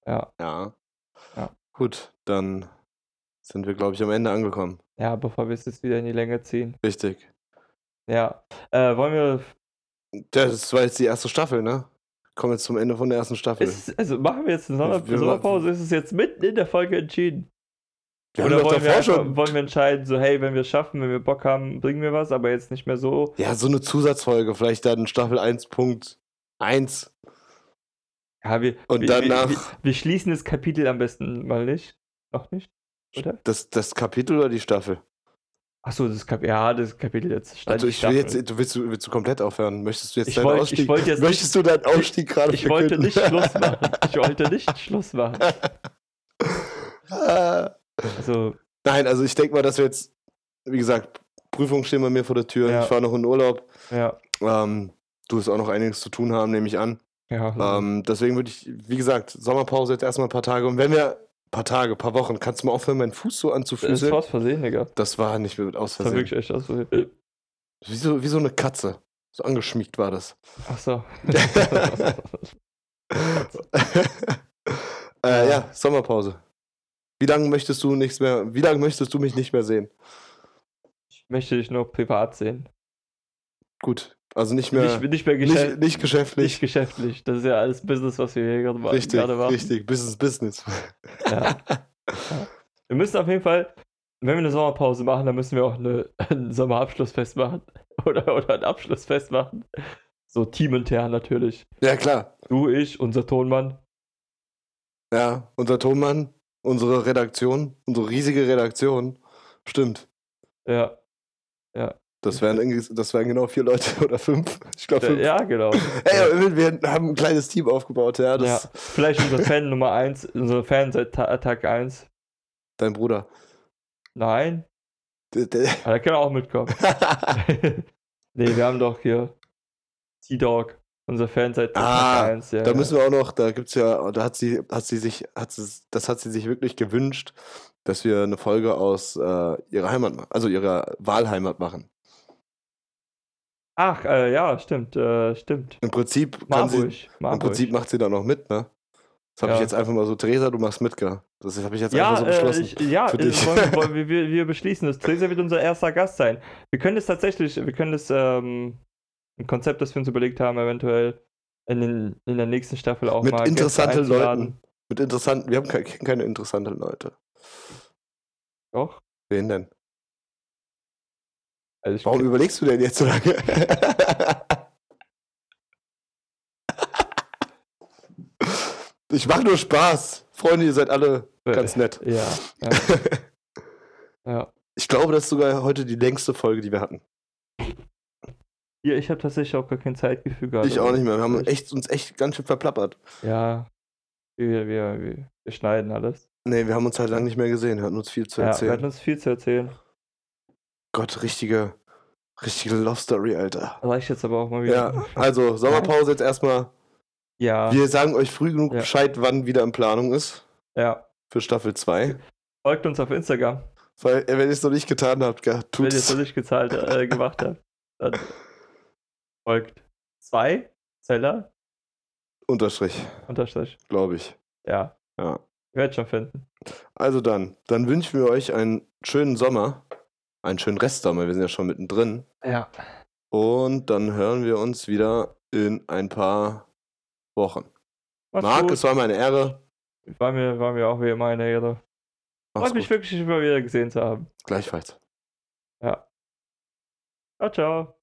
S1: Ja,
S2: ja.
S1: Ja.
S2: Gut, dann sind wir, glaube ich, am Ende angekommen.
S1: ja, bevor wir es jetzt wieder in die Länge ziehen.
S2: Richtig.
S1: Ja, äh, wollen wir,
S2: Ja, Das war jetzt die erste Staffel, ne? Kommen jetzt zum Ende von der ersten Staffel.
S1: ist, es- also machen wir jetzt eine Sonder
S2: Wir- wir-
S1: Sommerpause? Ist es jetzt mitten in der Folge entschieden?
S2: wir haben
S1: Oder
S2: doch
S1: wollen wir,
S2: davor
S1: einfach,
S2: schon.
S1: wollen wir entscheiden, so hey, wenn wir es schaffen, wenn wir Bock haben, bringen wir was, aber jetzt nicht mehr so.
S2: Ja, so eine Zusatzfolge, vielleicht dann Staffel 1.1
S1: Ja, wir, wir,
S2: und danach
S1: wir, wir, wir schließen das Kapitel am besten mal nicht. Noch nicht? Oder?
S2: das, das Kapitel oder die Staffel?
S1: Achso, das Kapitel. Ja, das Kapitel jetzt. stand
S2: Also
S1: die
S2: ich will jetzt,
S1: Staffel.
S2: du willst, du willst du komplett aufhören? Möchtest du jetzt
S1: Ich
S2: deinen
S1: wollt- ich
S2: Ausstieg?
S1: wollt jetzt
S2: möchtest du deinen Ausstieg gerade
S1: Ich wollte
S2: verkünden?
S1: nicht Schluss machen. Ich wollte nicht Schluss machen.
S2: Ah.
S1: Also,
S2: Nein, also ich denke mal, dass wir jetzt, wie gesagt, Prüfungen stehen bei mir vor der Tür.
S1: Ja.
S2: Ich war noch in Urlaub.
S1: ja.
S2: Ähm, du wirst auch noch einiges zu tun haben, nehme ich an.
S1: Ja,
S2: Ähm, deswegen würde ich, wie gesagt, Sommerpause jetzt erstmal ein paar Tage. Und wenn wir ein paar Tage, ein paar Wochen, kannst du mal aufhören, meinen Fuß so
S1: das
S2: anzufüßen?
S1: war aus Versehen, Digga.
S2: Das war nicht mit aus
S1: Das war
S2: Versehen.
S1: wirklich echt aus Versehen.
S2: Wie so, wie so eine Katze. So angeschmiegt war das.
S1: Achso.
S2: äh, ja, Sommerpause. Wie lange möchtest du nichts mehr, wie lange möchtest du mich nicht mehr sehen?
S1: Ich möchte dich nur privat sehen.
S2: Gut. Also nicht mehr,
S1: Nicht, nicht mehr geschäftlich.
S2: nicht, nicht, geschäftlich.
S1: Nicht geschäftlich. Das ist ja alles Business, was wir hier gerade machen.
S2: richtig,
S1: gerade machen.
S2: richtig. Business, Business.
S1: Ja. Ja. Wir müssen auf jeden Fall, wenn wir eine Sommerpause machen, dann müssen wir auch eine, ein Sommerabschlussfest machen. Oder, oder ein Abschlussfest machen. So teamintern natürlich.
S2: Ja, klar.
S1: Du, ich, unser Tonmann.
S2: Ja, unser Tonmann, unsere Redaktion, unsere riesige Redaktion. Stimmt.
S1: Ja,
S2: Das wären, irgendwie- das wären genau vier Leute oder fünf. Ich glaube fünf.
S1: ja genau.
S2: Ey, wir haben ein kleines Team aufgebaut, ja. Das
S1: ja. Vielleicht unser Fan Nummer 1, unser Fan seit Ta Tag 1.
S2: Dein Bruder.
S1: Nein, Ah,
S2: Der- der-
S1: aber der kann auch mitkommen. nee, wir haben doch hier T-Dog, unser Fan seit Tag
S2: Ah,
S1: 1. Ja,
S2: Da
S1: ja.
S2: müssen wir auch noch, da gibt's ja, da hat sie, hat sie sich, hat sie, das hat sie sich wirklich gewünscht, dass wir eine Folge aus äh, ihrer Heimat, ma- also ihrer Wahlheimat machen.
S1: Ach, äh, ja, stimmt, äh, stimmt.
S2: Im Prinzip kann sie,
S1: Marburg.
S2: im
S1: Marburg.
S2: Prinzip macht sie da noch mit, ne? Das habe
S1: Ja.
S2: ich jetzt einfach mal so, Theresa, du machst mit, gell? Das habe ich jetzt
S1: ja,
S2: einfach so
S1: äh,
S2: beschlossen.
S1: ich, ja
S2: für
S1: äh,
S2: dich.
S1: wollen, wollen, wir, wir, wir beschließen das. Theresa wird unser erster Gast sein. Wir können es tatsächlich, wir können es, ähm, ein Konzept, das wir uns überlegt haben, eventuell in, den, in der nächsten Staffel auch
S2: Mit
S1: mal
S2: interessanten
S1: Gäste einzuladen.
S2: Leuten. Mit interessanten, wir haben keine, keine interessanten Leute.
S1: Doch.
S2: Wen denn?
S1: Also ich
S2: Warum überlegst du denn jetzt so lange? ich mache nur Spaß. Freunde, ihr seid alle ganz nett.
S1: äh, Ja. ja. ja.
S2: Ich glaube, das ist sogar heute die längste Folge, die wir hatten.
S1: ja ich habe tatsächlich auch gar kein Zeitgefühl gehabt.
S2: Ich auch nicht mehr. Wir haben
S1: echt-
S2: echt, uns echt ganz schön verplappert.
S1: Ja. Wir, wir, wir, wir schneiden alles.
S2: Nee, wir haben uns halt lange nicht mehr gesehen. Wir hatten uns viel zu
S1: Ja, wir
S2: erzählen.
S1: hatten uns viel zu erzählen.
S2: Gott, richtige, richtige Love Story, Alter.
S1: Reicht jetzt aber auch mal wieder.
S2: Ja, also Sommerpause jetzt erstmal.
S1: Ja.
S2: Wir sagen euch früh genug
S1: Ja.
S2: Bescheid, wann wieder in Planung ist
S1: ja.
S2: für Staffel 2.
S1: Folgt uns auf Instagram.
S2: Weil, äh, wenn ihr es noch nicht getan habt, ja,
S1: Wenn ihr
S2: tut
S1: es noch
S2: es.
S1: nicht gezahlt, äh, gemacht habt, dann folgt zwei Zeller
S2: Unterstrich,
S1: Unterstrich.
S2: glaube ich.
S1: Ja.
S2: Ja.
S1: Ihr werdet schon finden.
S2: Also dann, dann wünschen wir euch einen schönen Sommer. Einen schönen Restsommer, wir sind ja schon mittendrin.
S1: Ja.
S2: Und dann hören wir uns wieder in ein paar Wochen.
S1: Macht's
S2: Marc,
S1: gut.
S2: es war meine Ehre.
S1: War mir, war mir auch wie immer eine Ehre.
S2: Mach's
S1: Freut mich
S2: gut.
S1: wirklich, dich mal wieder gesehen zu haben.
S2: Gleichfalls.
S1: Ciao, ciao.